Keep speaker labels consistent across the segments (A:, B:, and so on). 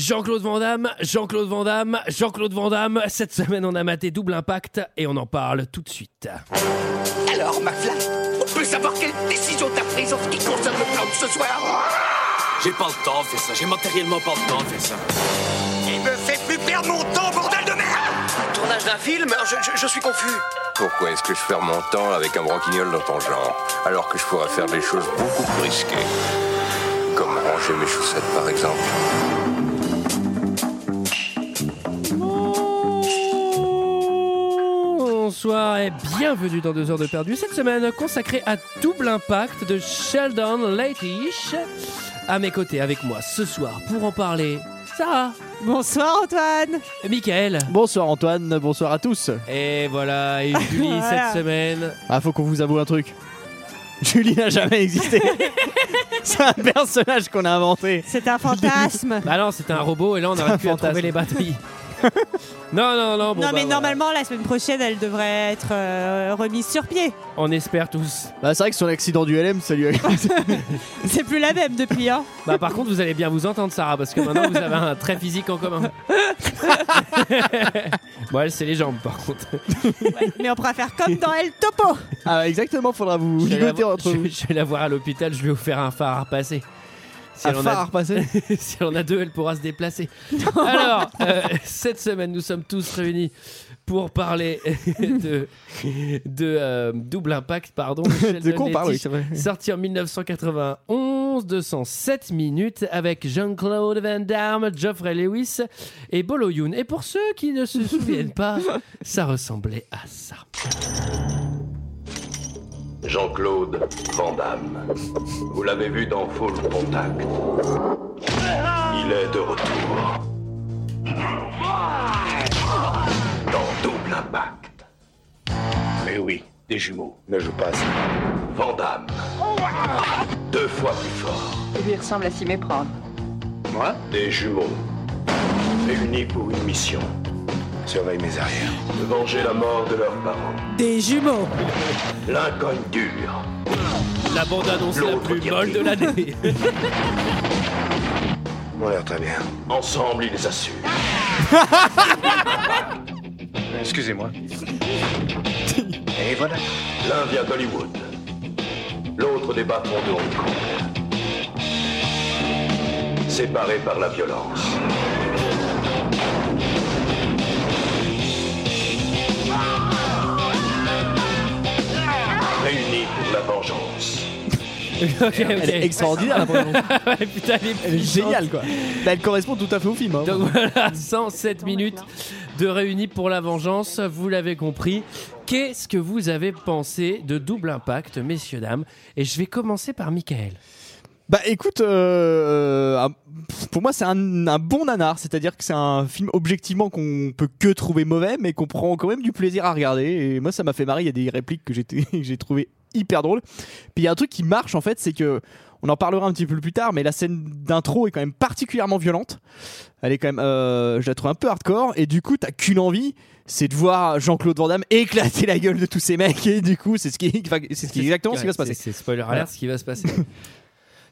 A: Jean-Claude Van Damme, Jean-Claude Van Damme, Jean-Claude Van Damme. Cette semaine, on a maté Double Impact et on en parle tout de suite.
B: Alors, McFly, on peut savoir quelle décision t'as prise en ce qui concerne le plan de ce soir
C: J'ai pas le temps de faire ça, j'ai matériellement pas le temps de faire ça.
B: Il me fait plus perdre mon temps, bordel de merde
D: Tournage d'un film je, je- je suis confus.
E: Pourquoi est-ce que je perds mon temps avec un broquignol dans ton genre, alors que je pourrais faire des choses beaucoup plus risquées Comme ranger mes chaussettes, par exemple.
A: Bonsoir et bienvenue dans 2 heures de perdu. Cette semaine consacrée à Double Impact de Sheldon Leitish. À mes côtés, avec moi ce soir pour en parler, Sarah,
F: Bonsoir Antoine
A: Michael.
G: Bonsoir Antoine, bonsoir à tous.
A: Et voilà, et Julie
F: Voilà.
A: cette semaine.
G: Ah, faut qu'on vous avoue un truc. Julie n'a jamais existé. C'est un personnage qu'on a inventé.
F: C'est un fantasme
A: Bah non, c'était un robot et là on
G: C'est
A: aurait
G: un
A: pu à trouver
G: fantasme.
A: les batteries. non, non, non. Bon, bah,
F: Non mais
A: voilà.
F: normalement la semaine prochaine elle devrait être euh, remise sur pied.
A: On espère tous.
G: Bah, c'est vrai que son accident du LM, ça lui a.
F: C'est plus la même depuis hein.
A: Bah par contre vous allez bien vous entendre Sarah parce que maintenant vous avez un trait physique en commun. bon elle c'est les jambes par contre.
F: Mais on pourra faire comme dans El Topo
G: Ah, exactement, faudra vous
A: Je vais la
G: ligoter
A: voir-
G: entre
A: je-
G: vous.
A: je vais la voir à l'hôpital, je vais vous faire un phare à repasser. Si,
G: Un
A: elle en
G: phare à repasser.
A: a, si elle en a deux, elle pourra se déplacer. Alors, euh, cette semaine, nous sommes tous réunis pour parler de, de euh, double impact, pardon.
G: De quoi on parle, oui, c'est vrai.
A: Sorti en 1991, 207 minutes avec Jean-Claude Van Damme, Geoffrey Lewis et Bolo Youn. Et pour ceux qui ne se souviennent pas, ça ressemblait à ça.
H: Jean-Claude Van Damme. Vous l'avez vu dans Full Contact. Il est de retour. Dans Double Impact. Mais oui, des jumeaux. Ne joue pas ça. Van Damme. Deux fois plus fort.
I: Il lui ressemble à s'y méprendre.
H: Moi Des jumeaux. Réunis pour une mission. Surveille mes arrières. Venger la mort de leurs parents.
F: Des jumeaux
H: L'un cogne dur.
A: La bande-annonce la
H: L'autre
A: plus
H: qui
A: molle de
H: rit.
A: l'année.
H: On l'air très bien. Ensemble, ils assurent. Excusez-moi. Et voilà. L'un vient d'Hollywood. L'autre des bâtons de Hong Kong. Séparés par la violence. Réunis pour la vengeance.
A: Ok, ok.
G: Elle est extraordinaire la bande annonce.
A: Ouais, putain, elle est
G: Elle est
A: puissante.
G: géniale quoi. Bah, elle correspond tout à fait au film. hein.
A: Donc voilà, 107 minutes de réunis pour la vengeance, vous l'avez compris. Qu'est-ce que vous avez pensé de Double Impact, messieurs, dames Et je vais commencer par Michael.
G: Bah écoute, euh, un- pff, pour moi c'est un, un bon nanar, c'est-à-dire que c'est un film objectivement qu'on peut que trouver mauvais, mais qu'on prend quand même du plaisir à regarder. Et moi ça m'a fait marrer, il y a des répliques que j'ai que j'ai trouvé hyper drôles. Puis il y a un truc qui marche en fait, c'est que on en parlera un petit peu plus tard, mais la scène d'intro est quand même particulièrement violente. Elle est quand même, euh, je la trouve un peu hardcore, et du coup t'as qu'une envie, c'est de voir Jean-Claude Van Damme éclater la gueule de tous ces mecs. Et du coup c'est ce qui, enfin, c'est ce qui exactement ce qui va se
A: Ouais,
G: passer.
A: C'est c'est spoiler
G: Voilà.
A: alert ce qui va se passer.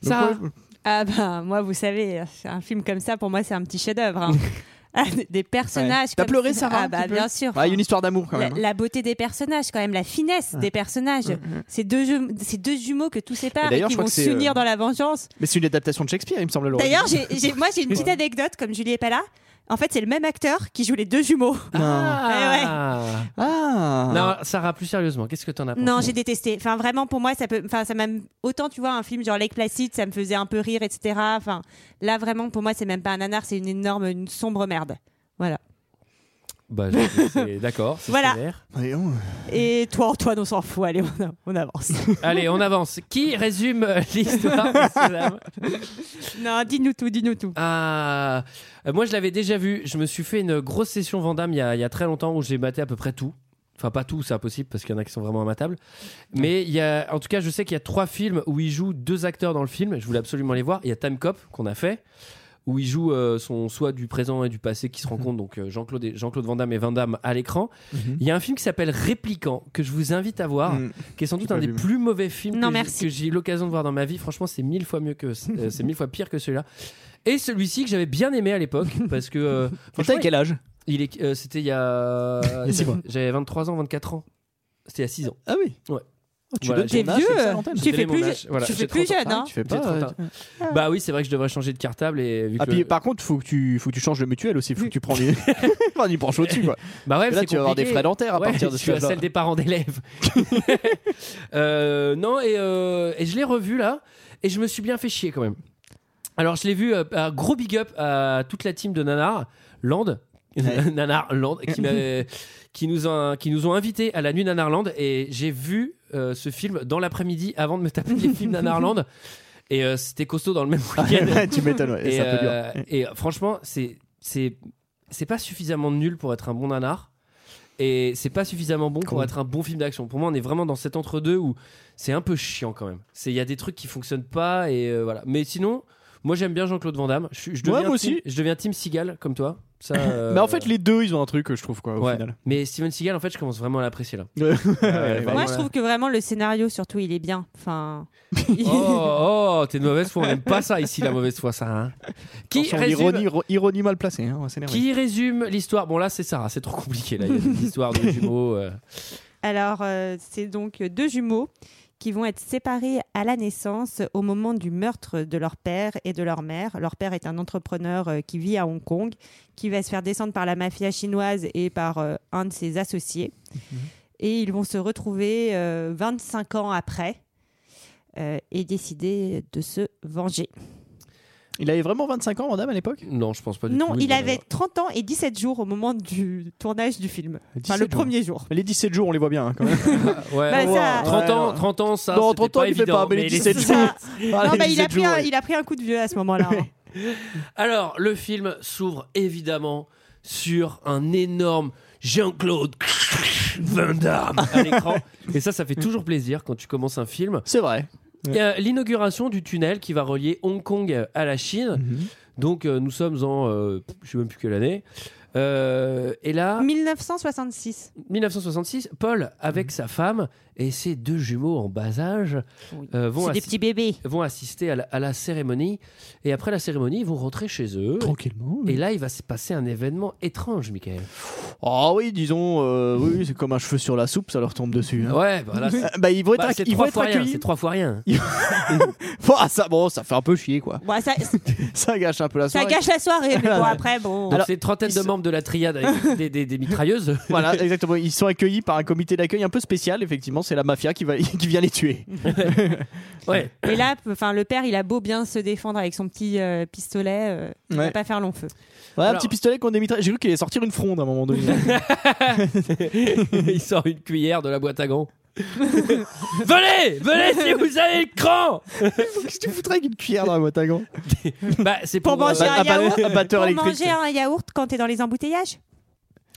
G: Donc,
A: Sarah,
G: ouais,
F: Ah ben moi vous savez, un film comme ça pour moi c'est un petit chef-d'œuvre. hein. Ah, Des personnages.
G: Ouais. T'as
F: comme
G: pleuré,
F: ça.
G: Sarah,
F: Ah
G: un
F: bah
G: petit peu
F: bien sûr.
G: Ouais, il y a une histoire d'amour quand
F: la,
G: même. hein. Mm,
F: la beauté des personnages, quand même, la finesse des personnages. Ces, deux ju- ces deux jumeaux que tout sépare
G: Et
F: et
G: d'ailleurs,
F: qui
G: je crois
F: vont
G: que c'est,
F: s'unir
G: euh,
F: dans la vengeance.
G: Mais c'est une adaptation de Shakespeare, il me semble. l'origine.
F: D'ailleurs, j'ai- j'ai- moi j'ai une petite anecdote, comme Julie est pas là. En fait, c'est le même acteur qui joue les deux jumeaux.
G: Eh
A: ah
G: Ah.
A: Non, Sarah, plus sérieusement, qu'est-ce que t'en as pensé
F: Non, j'ai détesté. Enfin, vraiment, pour moi, ça peut. Enfin, ça m'a autant tu vois un film genre Lake Placid, ça me faisait un peu rire, etc. Enfin, là, vraiment, pour moi, c'est même pas un nanar, c'est une énorme, une sombre merde. Voilà.
A: Bah, je- c'est- D'accord, c'est
F: Voilà.
A: sévère.
G: Mais non.
F: Et toi, Antoine, on s'en fout. Allez, on, a- on avance.
A: Allez, on avance. Qui résume euh, l'histoire messieurs, dames
F: non, dis-nous tout, dis-nous tout.
A: Ah, Euh, moi je l'avais déjà vu. Je me suis fait une grosse session Vandame il y a, il y a très longtemps où j'ai maté à peu près tout. Enfin, pas tout, c'est impossible parce qu'il y en a qui sont vraiment imatables. Mais il y a, en tout cas, je sais qu'il y a trois films où il joue deux acteurs dans le film. Je voulais absolument les voir. Il y a Time Cop qu'on a fait. où il joue euh, son soit du présent et du passé
G: Mhm.
A: qui se rencontrent, donc euh, Jean-Claude et- Jean-Claude Van Damme et Van Damme à l'écran.
G: Mhm.
A: Il y a un film qui s'appelle Répliquant, que je vous invite à voir,
G: Mm.
A: qui est sans doute
G: J'ai
A: un
G: pas
A: des
G: vu, moi.
A: plus mauvais films que
F: Non,
A: j'ai-
F: merci.
A: que j'ai eu l'occasion de voir dans ma vie. Franchement, c'est mille fois mieux que euh, c'est mille fois pire que celui-là. Et celui-ci que j'avais bien aimé à l'époque parce que euh,
G: Et
A: franchement,
G: t'as quel âge
A: il est, euh, c'était il y a,
G: Il y a six mois.
A: j'avais 23 ans, 24 ans. C'était il y a 6 ans.
G: Ah oui.
A: Ouais.
G: Oh, tu
A: Voilà,
G: donnes
F: T'es
G: ton âge,
F: vieux,
G: c'est excellent, Antoine.
A: j'ai
F: tu
A: donné
F: fais plus,
A: mon âge, voilà,
F: tu
A: j'ai
F: fais plus
A: 30 ans.
F: jeune, hein
G: Tu fais
A: J'ai
G: pas.
A: 30 ans.
G: euh,
A: Bah oui, c'est vrai que je devrais changer de cartable et vu
G: Ah,
A: que-
G: puis, par contre, faut que tu, faut que tu changes de mutuelle aussi. Faut que tu prends du, enfin, du branche au-dessus. Quoi.
A: bah ouais,
G: Parce que là,
A: c'est
G: tu vas avoir des
A: compliqué.
G: frais dentaires à
A: Ouais,
G: partir de ce
A: je suis à
G: âge-là.
A: celle des parents d'élèves. Euh, non, et, euh, et je l'ai revu là, et je me suis bien fait chier quand même. Alors, je l'ai vu, euh, un gros big up à toute la team de Nanar Land.
G: Ouais.
A: Nanar Land, qui, m'a- qui, nous ont, qui nous ont invités à la nuit Nanarland, et j'ai vu euh, ce film dans l'après-midi avant de me taper les films Nanarland. Et euh, c'était costaud dans le même
G: Ah
A: week-end.
G: tu m'étonnes, ouais.
A: Et,
G: C'est un peu dur.
A: euh, et franchement, c'est c'est c'est pas suffisamment nul pour être un bon nanar. Et c'est pas suffisamment bon pour
G: Cool.
A: être un bon film d'action. Pour moi, on est vraiment dans cet entre-deux où c'est un peu chiant quand même. C'est il y a des trucs qui fonctionnent pas et euh, voilà. Mais sinon, moi j'aime bien Jean-Claude Van Damme. Je, suis- je
G: Ouais,
A: deviens
G: moi
A: team-
G: aussi.
A: Je deviens Team Seagal comme toi. Ça,
G: Mais
A: euh,
G: en fait, les deux, ils ont un truc, euh, je trouve, quoi, au
A: ouais.
G: final.
A: Mais Steven Seagal, en fait, je commence vraiment à l'apprécier là.
G: Ouais,
A: bah,
F: Moi,
A: voilà.
F: je trouve que vraiment le scénario, surtout, il est bien. Enfin,
A: Oh, oh, t'es de mauvaise foi. On aime pas ça ici, la mauvaise foi, ça. hein. Qui
G: Attention,
A: résume-
G: Ironie, ro- ironie mal placée, hein, on va s'énerver.
A: Qui résume l'histoire Bon, là, c'est Sarah, c'est trop compliqué. Là, il y a des histoires de jumeaux. euh.
F: alors, euh, c'est donc deux jumeaux qui vont être séparés à la naissance au moment du meurtre de leur père et de leur mère. Leur père est un entrepreneur euh, qui vit à Hong Kong, qui va se faire descendre par la mafia chinoise et par euh, un de ses associés.
G: Mhm.
F: Et ils vont se retrouver euh, 25 ans après euh, et décider de se venger.
G: Il avait vraiment 25 ans, madame, à l'époque
A: Non, je pense pas du tout.
F: Non,
A: Oui,
F: il
A: bah,
F: avait 30 ans et 17 jours au moment du tournage du
A: Bah,
F: film. Enfin,
G: 17
F: le
G: jours.
F: premier jour.
G: Les 17 jours, on les voit bien, hein, quand même.
A: Ouais,
F: Bah,
A: ouais.
F: ça-
A: 30 ans,
G: Ouais.
A: 30 Euh, ans, ça.
G: non,
A: c'était
G: 30 ans,
A: pas
G: il fait
A: évident,
G: pas, mais les 17
F: ça.
G: jours. Ah,
F: Non,
G: les
F: bah, il,
G: 17
F: a pris
G: jours,
F: un,
G: ouais.
F: il a pris un coup de vieux à ce moment-là. hein.
A: Alors, le film s'ouvre évidemment sur un énorme Jean-Claude Van Damme à l'écran. Et ça, ça fait toujours plaisir quand tu commences un film.
G: C'est vrai.
A: Il y a l'inauguration du tunnel qui va relier Hong Kong à la Chine. Donc, euh, nous sommes en. euh, je sais même plus quelle année. Euh, et
F: Ah.
A: là.
F: 1966.
A: 1966, Paul, avec sa femme et ses deux jumeaux en bas âge,
F: Oui.
A: euh, vont,
F: C'est des
A: assi-
F: petits bébés.
A: vont assister à la, à la cérémonie. Et après la cérémonie, ils vont rentrer chez eux.
G: Tranquillement.
A: Et là, il va se passer un événement étrange, Michael.
G: Ah oui, disons, euh, oui, c'est comme un cheveu sur la soupe, ça leur tombe dessus. hein.
A: Ouais, bah là, c'est-
G: Euh, Bah, ils vont être,
A: bah,
G: acc-
A: c'est
G: ils vont
A: trois,
G: être
A: fois rien,
G: accueillis.
A: c'est trois fois rien.
G: Ah, ça, bon, ça fait un peu chier, quoi.
F: Bon, ça,
G: Ça gâche un peu la
F: ça
G: soirée.
F: gâche la soirée, mais bon, après, bon.
A: Donc,
G: Alors,
A: c'est une trentaine
G: ils
A: de
G: se-
A: membres de la triade avec des, des- des mitrailleuses.
G: Voilà, exactement. Ils sont accueillis par un comité d'accueil un peu spécial, effectivement. C'est la mafia qui, va, qui vient les tuer.
A: Ouais.
F: Et là, enfin, le père, il a beau bien se défendre avec son petit euh, pistolet, euh, il
G: Ouais.
F: va pas faire long feu.
G: Ouais, un
A: Alors-
G: petit pistolet qu'on démitra. J'ai cru qu'il allait sortir une fronde à un moment donné.
A: il sort une cuillère de la boîte à gants. venez, venez si vous avez le cran.
G: Qu'est-ce que tu foutrais avec une cuillère dans la boîte à gants
A: Bah, c'est
F: Pour
A: pour,
F: manger
A: euh,
F: un yaourt.
G: un batteur
F: Pour
G: électrique.
F: manger un yaourt quand t'es dans les embouteillages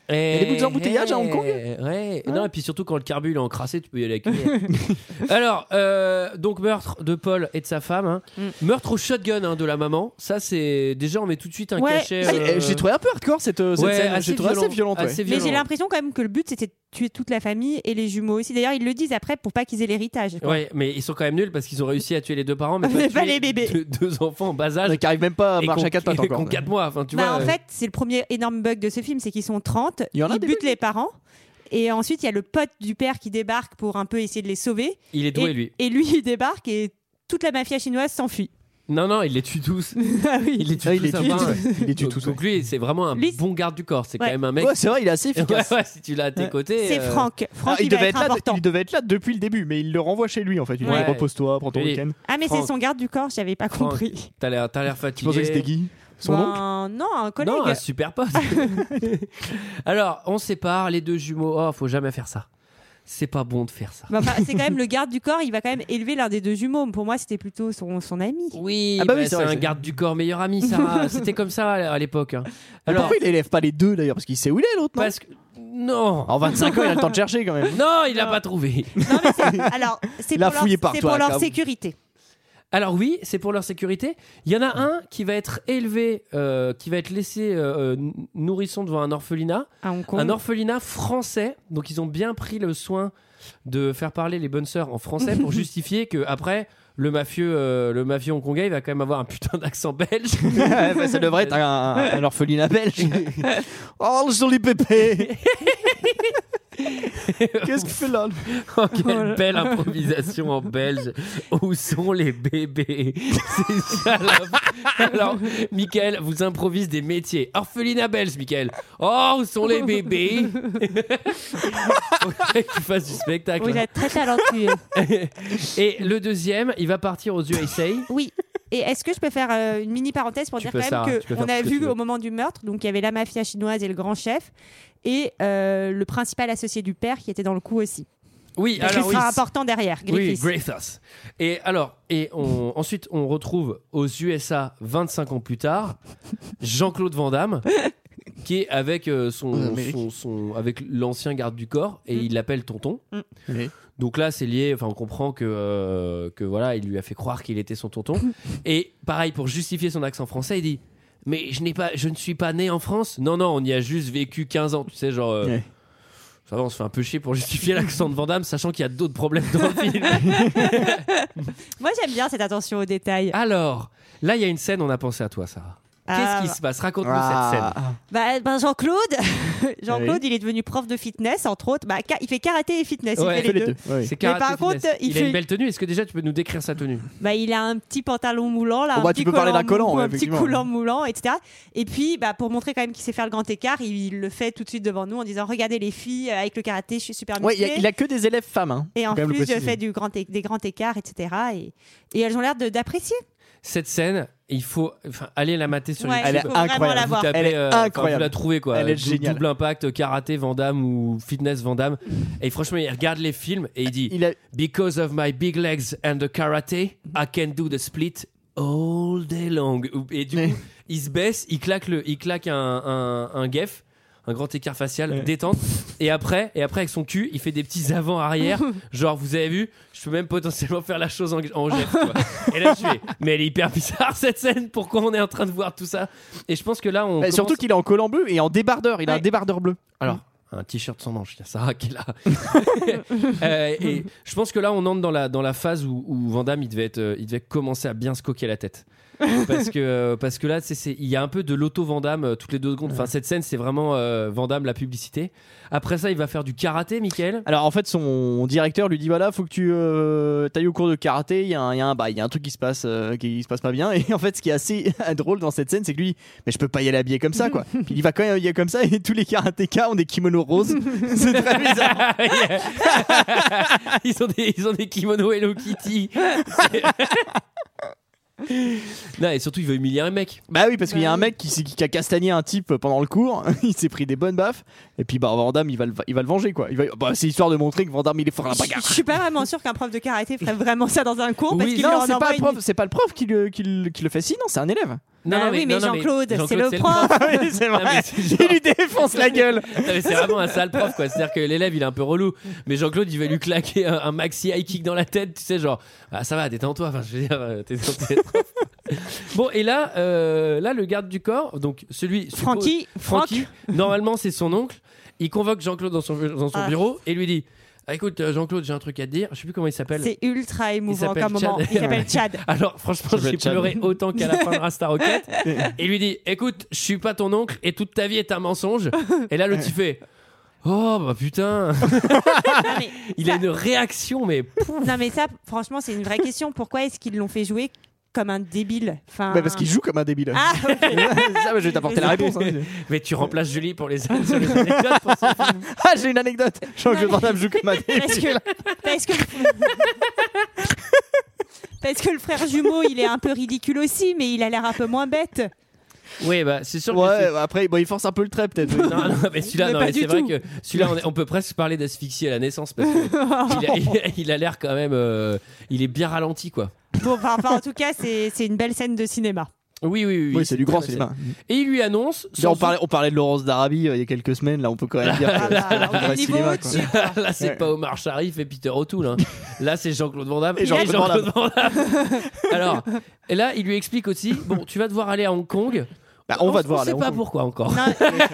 A: Et...
G: des bouts d'embouteillages à Hong Kong
A: Eh, Ouais. Non, et puis surtout quand le carbu il est encrassé, tu peux y aller avec une cuillère. Alors, euh, donc meurtre de Paul et de sa femme. hein.
F: Mm.
A: Meurtre au shotgun hein, de la maman. Ça, c'est. Déjà, on met tout de suite un
F: Ouais.
A: cachet.
G: Ah,
A: euh,
G: eh, J'ai trouvé un peu hardcore cette, euh, cette
A: ouais,
G: scène.
A: assez
G: J'ai trouvé
A: violent,
G: assez violente. ouais.
A: assez
F: Mais j'ai
A: violent.
F: l'impression quand même que le but, c'était de tuer toute la famille et les jumeaux aussi. D'ailleurs, ils le disent après pour pas qu'ils aient l'héritage. quoi.
A: Ouais, mais ils sont quand même nuls parce qu'ils ont réussi à tuer les deux parents, mais,
F: Mais
A: pas,
F: pas
A: tuer
F: les bébés.
A: Deux, deux enfants en bas âge.
G: Qui arrive même pas à
A: et
G: marcher
A: qu'on-
G: à quatre pattes
A: et
G: encore.
A: qu'on quatre mois. Enfin, tu
F: Bah,
A: vois. euh,
F: en fait, c'est le premier énorme bug de ce film, c'est qu'ils sont 30,
G: Il y en a
F: ils
G: des
F: butent les parents, et ensuite il y a le pote du père qui débarque pour un peu essayer de les sauver,
A: il est doué,
F: et,
A: lui.
F: et lui il débarque et toute la mafia chinoise s'enfuit.
A: Non, non, il les tue tous.
F: ah oui.
A: Il les tue
G: Ah,
A: tous.
G: il les
A: à
G: tue
A: part.
G: tous, ouais. Il les tue
A: Donc-
G: tous,
A: Donc lui, c'est vraiment un
F: Lui, c'est-
A: bon garde du corps. C'est quand
F: Ouais.
A: même un mec.
G: Ouais, c'est vrai, il est assez efficace.
A: Ouais, ouais, si tu l'as à tes côtés.
F: C'est
A: euh,
F: Franck. Franck,
G: Ah, il,
F: il, va
G: devait
F: être,
G: être là,
F: important.
G: il devait être là depuis le début, mais il le renvoie chez lui en fait. Il lui dit
A: Ouais.
G: repose-toi, prends ton
A: Oui.
G: week-end.
F: Ah mais
A: Franck.
F: c'est son garde du corps, j'avais pas
A: Franck.
F: compris.
A: T'as l'air, t'as l'air
G: Tu
A: fatigué.
G: pensais que c'était Guy Son
A: Bah,
G: oncle
F: Ben, non, un collègue.
A: Non, un super pote. Alors, on sépare les deux jumeaux. Oh, faut jamais faire ça. C'est pas bon de faire ça.
F: Ben, enfin, c'est quand même le garde du corps, il va quand même élever l'un des deux jumeaux. Pour moi, c'était plutôt son, son ami.
A: Oui,
G: Ah bah
A: bah,
G: oui, c'est
A: c'est
G: vrai,
A: un
G: c'est-
A: garde du corps meilleur ami, Sarah. C'était comme ça à l'époque. hein.
G: Mais
A: Alors,
G: Pourquoi il élève pas les deux d'ailleurs Parce qu'il sait où il est l'autre, non
A: parce que. Non
G: En 25 ans, il a le temps de chercher quand même.
A: Oh. Non, il l'a pas trouvé.
F: Non, mais c'est- alors, c'est
G: Il a
F: pour, leur,
G: fouillé
F: c'est
G: partout,
F: pour
G: hein,
F: leur
G: quand même.
F: sécurité.
A: Alors oui, c'est pour leur sécurité. Il y en a un qui va être élevé, euh, qui va être laissé euh, euh, nourrisson devant un orphelinat,
F: à Hong Kong.
A: un orphelinat français. Donc ils ont bien pris le soin de faire parler les bonnes sœurs en français pour justifier que après le mafieux, euh, le mafieux hongkongais, il va quand même avoir un putain d'accent belge.
G: Ouais, bah, ça devrait être un, un- un orphelinat belge. oh, le joli pépé Qu'est-ce qu'il fait là lui
A: Oh, quelle belle improvisation en belge. Où sont les bébés C'est ça la- Alors, Michael, vous improvise des métiers. Orphelinat belge, Michael. Oh, où sont les bébés Faudrait que tu fasses du spectacle.
F: Oui, il est très talentueux.
A: Et le deuxième, il va partir aux USA.
F: Oui. Et est-ce que je peux faire euh, une mini parenthèse pour
A: Tu
F: dire
A: peux,
F: quand
A: Sarah,
F: même
A: tu peux
F: que
A: faire
F: on
A: tout
F: a
A: ce que tu
F: vu
A: veux.
F: au moment du meurtre, donc il y avait la mafia chinoise et le grand chef et euh, le principal associé du père qui était dans le coup aussi.
A: Oui,
F: Ce
A: alors oui.
F: sera important derrière,
A: Oui,
F: Griffiths.
A: Griffiths. Et alors, et on, ensuite, on retrouve aux USA 25 ans plus tard Jean-Claude Van Damme qui est avec euh,
G: En
A: son,
G: Amérique.
A: son- son- avec l'ancien garde du corps et il l'appelle tonton.
F: Mm.
G: Oui.
A: Donc là, c'est lié. Enfin, on comprend que euh, que voilà, il lui a fait croire qu'il était son tonton. Et pareil, pour justifier son accent français, il dit. Mais je n'ai pas, je ne suis pas né en France. Non, non, on y a juste vécu 15 ans. Tu sais, genre, euh,
G: Ouais.
A: ça va, on se fait un peu chier pour justifier l'accent de Van Damme, sachant qu'il y a d'autres problèmes dans le film.
F: Moi, j'aime bien cette attention aux détails.
A: Alors, là, il y a une scène, on a pensé à toi, Sarah.
F: Ah,
A: Qu'est-ce qui se passe Raconte-nous cette scène.
G: Ah.
F: bah, bah, Jean-Claude, Jean-Claude, il est devenu prof de fitness entre autres. Bah, ca- il fait karaté et fitness.
A: Ouais,
F: il fait les deux.
G: Ouais.
A: C'est
F: Mais
A: karaté
F: par contre,
A: fitness.
F: il
A: a
F: fait-
A: une belle tenue. Est-ce que déjà tu peux nous décrire sa tenue
F: Bah, il a un petit pantalon moulant là,
G: Bon, bah,
F: un
G: tu
F: petit
G: peux parler
F: collant
G: d'un collant,
F: mou-
G: ouais,
F: un petit
G: effectivement.
F: coulant moulant, etc. Et puis, bah, pour montrer quand même qu'il sait faire le grand écart, il, il le fait tout de suite devant nous en disant "Regardez les filles, euh, avec le karaté, je suis super
G: Ouais, il
F: musclé."
G: a, il a que des élèves femmes. hein.
F: Et en
G: Faut quand même le
F: plus, je
G: préciser.
F: fais du grand é- des grands écarts, etc. Et, et elles ont l'air de- d'apprécier.
A: Cette scène, il faut enfin, aller la mater sur
F: Ouais,
A: YouTube.
G: Elle est
F: il faut vraiment
G: incroyable.
F: la
A: Vous
F: voir.
A: tapez,
G: Elle est
A: euh, enfin,
G: incroyable.
A: vous la trouvez quoi.
G: Elle est
A: Dou-
G: géniale.
A: Double impact, karaté, Vandame ou fitness Vandame. Et franchement, il regarde les films et il dit
G: Il a-
A: Because of my big legs and the karate, I can do the split all day long. Et du coup, il se baisse, il claque, le, il claque un, un, un guef, un grand écart facial, détente. Et après, et après, avec son cul, il fait des petits avant-arrière. genre, vous avez vu, je peux même potentiellement faire la chose en, en geste, quoi. Et là, je fais, mais elle est hyper bizarre cette scène. Pourquoi on est en train de voir tout ça Et je pense que là, on.
G: Bah,
A: commence-
G: Surtout qu'il est en collant bleu et en débardeur. Il a
F: Ouais.
G: un débardeur bleu.
A: alors, un t-shirt sans manche, il y a Sarah qui est là. Euh, et je pense que là, on entre dans la, dans la phase où, où Van Damme, il devait, être, euh, il devait commencer à bien se coquer la tête. parce, que, euh, parce que là, c'est- c'est- il y a un peu de l'auto-Van Damme euh, toutes les deux secondes. Enfin, cette scène, c'est vraiment euh, Van Damme, la publicité. Après ça, il va faire du karaté, Michael.
G: Alors en fait, son directeur lui dit voilà, faut que tu euh, t'ailles au cours de karaté. Il y, a un- il y a un, bah, il y a un truc qui se passe, euh, qui se passe pas bien. Et en fait, ce qui est assez drôle dans cette scène, c'est que lui, dit, mais je peux pas y aller habillé comme ça, quoi. Puis il va quand même habillé comme ça, et tous les karatékas ont des kimonos roses. c'est très bizarre.
A: Ah, ils, ont des, ils ont des kimonos Hello Kitty. non, et surtout, il veut humilier un mec.
G: Bah oui, parce qu'il y a
F: Bah
G: un
F: oui.
G: mec qui, s'est- qui a castagné un type pendant le cours. il s'est pris des bonnes baffes. Et puis bah Van Damme, il va le, il va le venger, quoi. Il va, bah, c'est histoire de montrer que Van Damme, il est fort à la
F: Je
G: bagarre.
F: je suis pas vraiment sûr qu'un prof de karaté ferait vraiment ça dans un cours parce
A: Oui,
F: qu'il
G: Non,
F: leur en
G: c'est pas,
F: envoie
G: le
F: une-
G: prof- c'est pas le prof qui le, qui le- qui le fait, si, non, c'est un élève.
A: Non,
F: Bah
A: non,
F: oui, mais
A: non, non,
F: Jean-Claude, c'est
A: Jean-Claude,
F: le prof.
G: oui, c'est
A: Non, mais
G: vrai.
A: c'est genre-
G: Il lui défonce la gueule.
A: Non, mais c'est vraiment un sale prof quoi. C'est-à-dire que l'élève il est un peu relou, mais Jean-Claude il va lui claquer un, un maxi high kick dans la tête, tu sais genre ah, ça va détends-toi. Enfin je veux dire euh, t'es t'es- t'es- bon et là euh, là le garde du corps donc celui suppo-
F: Francky,
A: Francky normalement c'est son oncle. Il convoque Jean-Claude dans son dans son
F: Ah.
A: bureau et lui dit Ah, écoute euh, Jean-Claude j'ai un truc à te dire. Je sais plus comment il s'appelle.
F: c'est ultra émouvant
A: s'appelle
F: comme moment.
A: Chad.
F: Il s'appelle Chad.
A: Alors franchement,
G: Ça doit
A: j'ai
G: être Chad.
A: pleuré autant qu'à la fin de Rasta Rocket. Et lui dit "Écoute, je suis pas ton oncle et toute ta vie est un mensonge." Et là l'autre il fait "Oh bah putain."
F: Non, mais-
A: Il a une réaction mais
F: Non mais ça, franchement, c'est une vraie question. Pourquoi est-ce qu'ils l'ont fait jouer comme un débile enfin...
G: Bah, parce qu'il joue comme un débile.
F: Ah,
G: Ça, bah, je vais t'apporter la réponse. hein.
A: mais tu remplaces Julie pour les, sur les anecdotes pour ce film.
G: Ah, j'ai une anecdote. Jean-Claude
F: Non,
G: Van
F: mais-
G: Damme joue comme un débile.
F: parce que, parce que, parce que le frère jumeau, il est un peu ridicule aussi, mais il a l'air un peu moins bête.
A: Oui bah c'est sûr que
G: Ouais,
A: c'est-
G: bah, après, bon, il force un peu le trait, peut-être.
A: non, non, mais celui-là,
F: Mais
A: non,
F: pas
A: mais
F: du
A: c'est vrai
F: tout.
A: que celui-là, on, est- on peut presque parler d'asphyxie à la naissance parce qu'il a il a- il a l'air quand même, euh, il est bien ralenti quoi.
F: Bon, enfin, enfin, en tout cas, c'est c'est une belle scène de cinéma.
A: Oui, oui, oui.
G: Oui, c'est du grand
A: très
G: cinéma.
A: mal fait. Et il lui annonce.
G: Là, on,
A: sans-
G: parlait, on parlait de Laurence d'Arabie euh, il y a quelques semaines, là on peut quand même dire que
F: Voilà, alors,
G: c'est du
F: on est
G: vrai
F: niveau
G: cinéma, quoi.
F: au-dessus.
A: Là, c'est
G: Ouais.
A: pas Omar Sharif et Peter O'Toole. hein. Là, c'est Jean-Claude Van Damme
G: Et Jean-Claude
A: Van Damme. Alors, et là, il lui explique aussi bon, tu vas devoir aller à Hong Kong.
G: Bah, on, va devoir
A: On sait
G: aller.
A: pas pourquoi encore.
F: Non,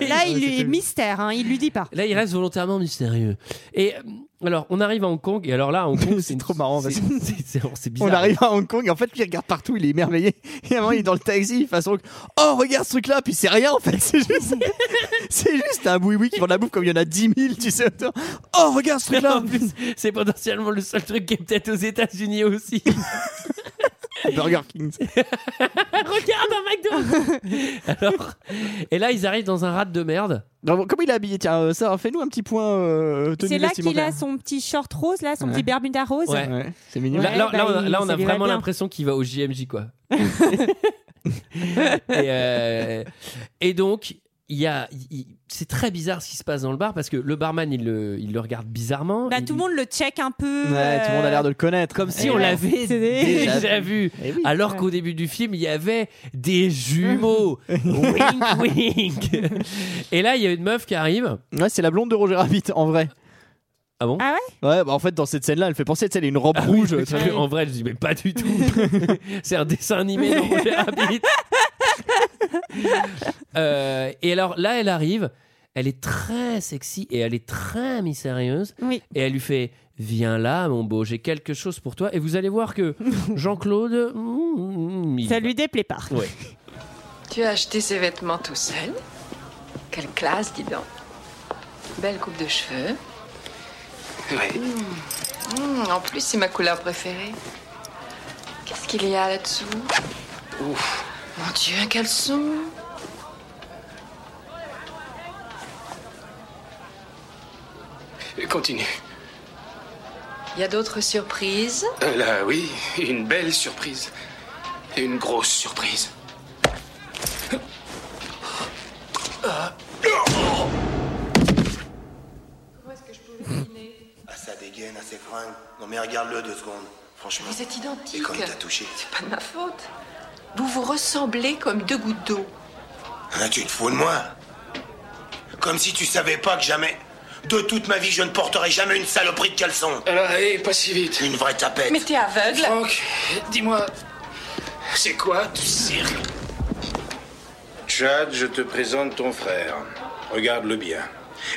F: là, il est mystère, hein, il lui dit pas.
A: Là, il reste volontairement mystérieux. Et euh, alors, on arrive à Hong Kong. Et alors là, à Hong Kong,
G: C'est
A: une-
G: trop marrant,
A: C'est
G: parce
A: c'est- c'est- c'est
G: On
A: bizarre.
G: arrive à Hong Kong, en fait, lui il regarde partout, il est émerveillé. Et à un moment, il est dans le taxi, il fait son truc, Oh, regarde ce truc-là, puis c'est rien en fait, c'est juste, c'est juste un boui-boui qui vend de la bouffe comme il y en a 10 000, tu sais. autour. Oh, regarde ce
A: Là,
G: truc-là,
A: en plus, c'est potentiellement le seul truc qui est peut-être aux États-Unis aussi.
G: Burger King.
A: Regarde un McDo. Alors, et là, ils arrivent dans un rat de merde.
G: Non, bon, comment il est habillé Tiens, euh, ça, fais-nous un petit point. euh, tenue
F: C'est là qu'il
G: vestimentaire.
F: a son petit short rose, là, son
G: Ouais.
F: petit bermuda rose.
A: Ouais.
G: Ouais, c'est mignon.
A: là, là-
F: bah,
A: là, on a,
F: il-
A: là, on
F: ça
A: a
F: lui va
A: vraiment
F: bien.
A: l'impression qu'il va au JMJ, quoi. et, euh, et donc, il y a, il- il- c'est très bizarre ce qui se passe dans le bar parce que le barman, il le, il le regarde bizarrement.
F: Bah,
A: Il-
F: tout le monde le check un peu. euh,
G: Ouais, tout le monde a l'air de le connaître.
A: Comme si
F: Eh
G: Et
A: on
G: ouais.
A: l'avait
F: c'est des-
A: déjà vu.
G: Eh oui.
A: Alors qu'au début du film, il y avait des jumeaux. wink, wink. Et là, il y a une meuf qui arrive.
G: Ouais, c'est la blonde de Roger Rabbit en vrai.
A: Ah bon Ah
F: Ah
G: Ouais, bah en fait, dans cette scène-là, elle fait penser, tu sais, elle a une robe rouge. tu vois.
A: En vrai, je dis, mais pas du tout. c'est un dessin animé dont j'ai Rabbit. Euh, et alors là, elle arrive. Elle est très sexy et elle est très mystérieuse.
F: Oui.
A: Et elle lui fait Viens là, mon beau, j'ai quelque chose pour toi. Et vous allez voir que Jean-Claude. mm, mm, il-
F: Ça lui déplaît pas.
A: Ouais.
I: Tu as acheté ces vêtements tout seul Quelle classe, dis donc. Belle coupe de cheveux. Oui. en plus, c'est ma couleur préférée. Qu'est-ce qu'il y a là-dessous Ouf. Mon Dieu, un caleçon.
H: Continue.
I: Il y a d'autres surprises
H: Euh, Là, oui, une belle surprise. Et Une grosse surprise.
J: Ah, ça dégaine, à ses fringues. Non, mais regarde-le deux secondes. Franchement.
I: Vous êtes identiques.
J: Et comme t'as touché.
I: C'est pas de ma faute. Vous vous ressemblez comme deux gouttes d'eau.
J: Hein, tu te fous de moi Comme si tu savais pas que jamais. De toute ma vie, je ne porterai jamais une saloperie de caleçon.
H: Alors, allez, pas si vite.
J: Une vraie tapette.
I: Mais t'es aveugle.
H: Franck, dis-moi, c'est quoi tout ce cirque
J: Chad, je te présente ton frère.
H: Regarde-le bien.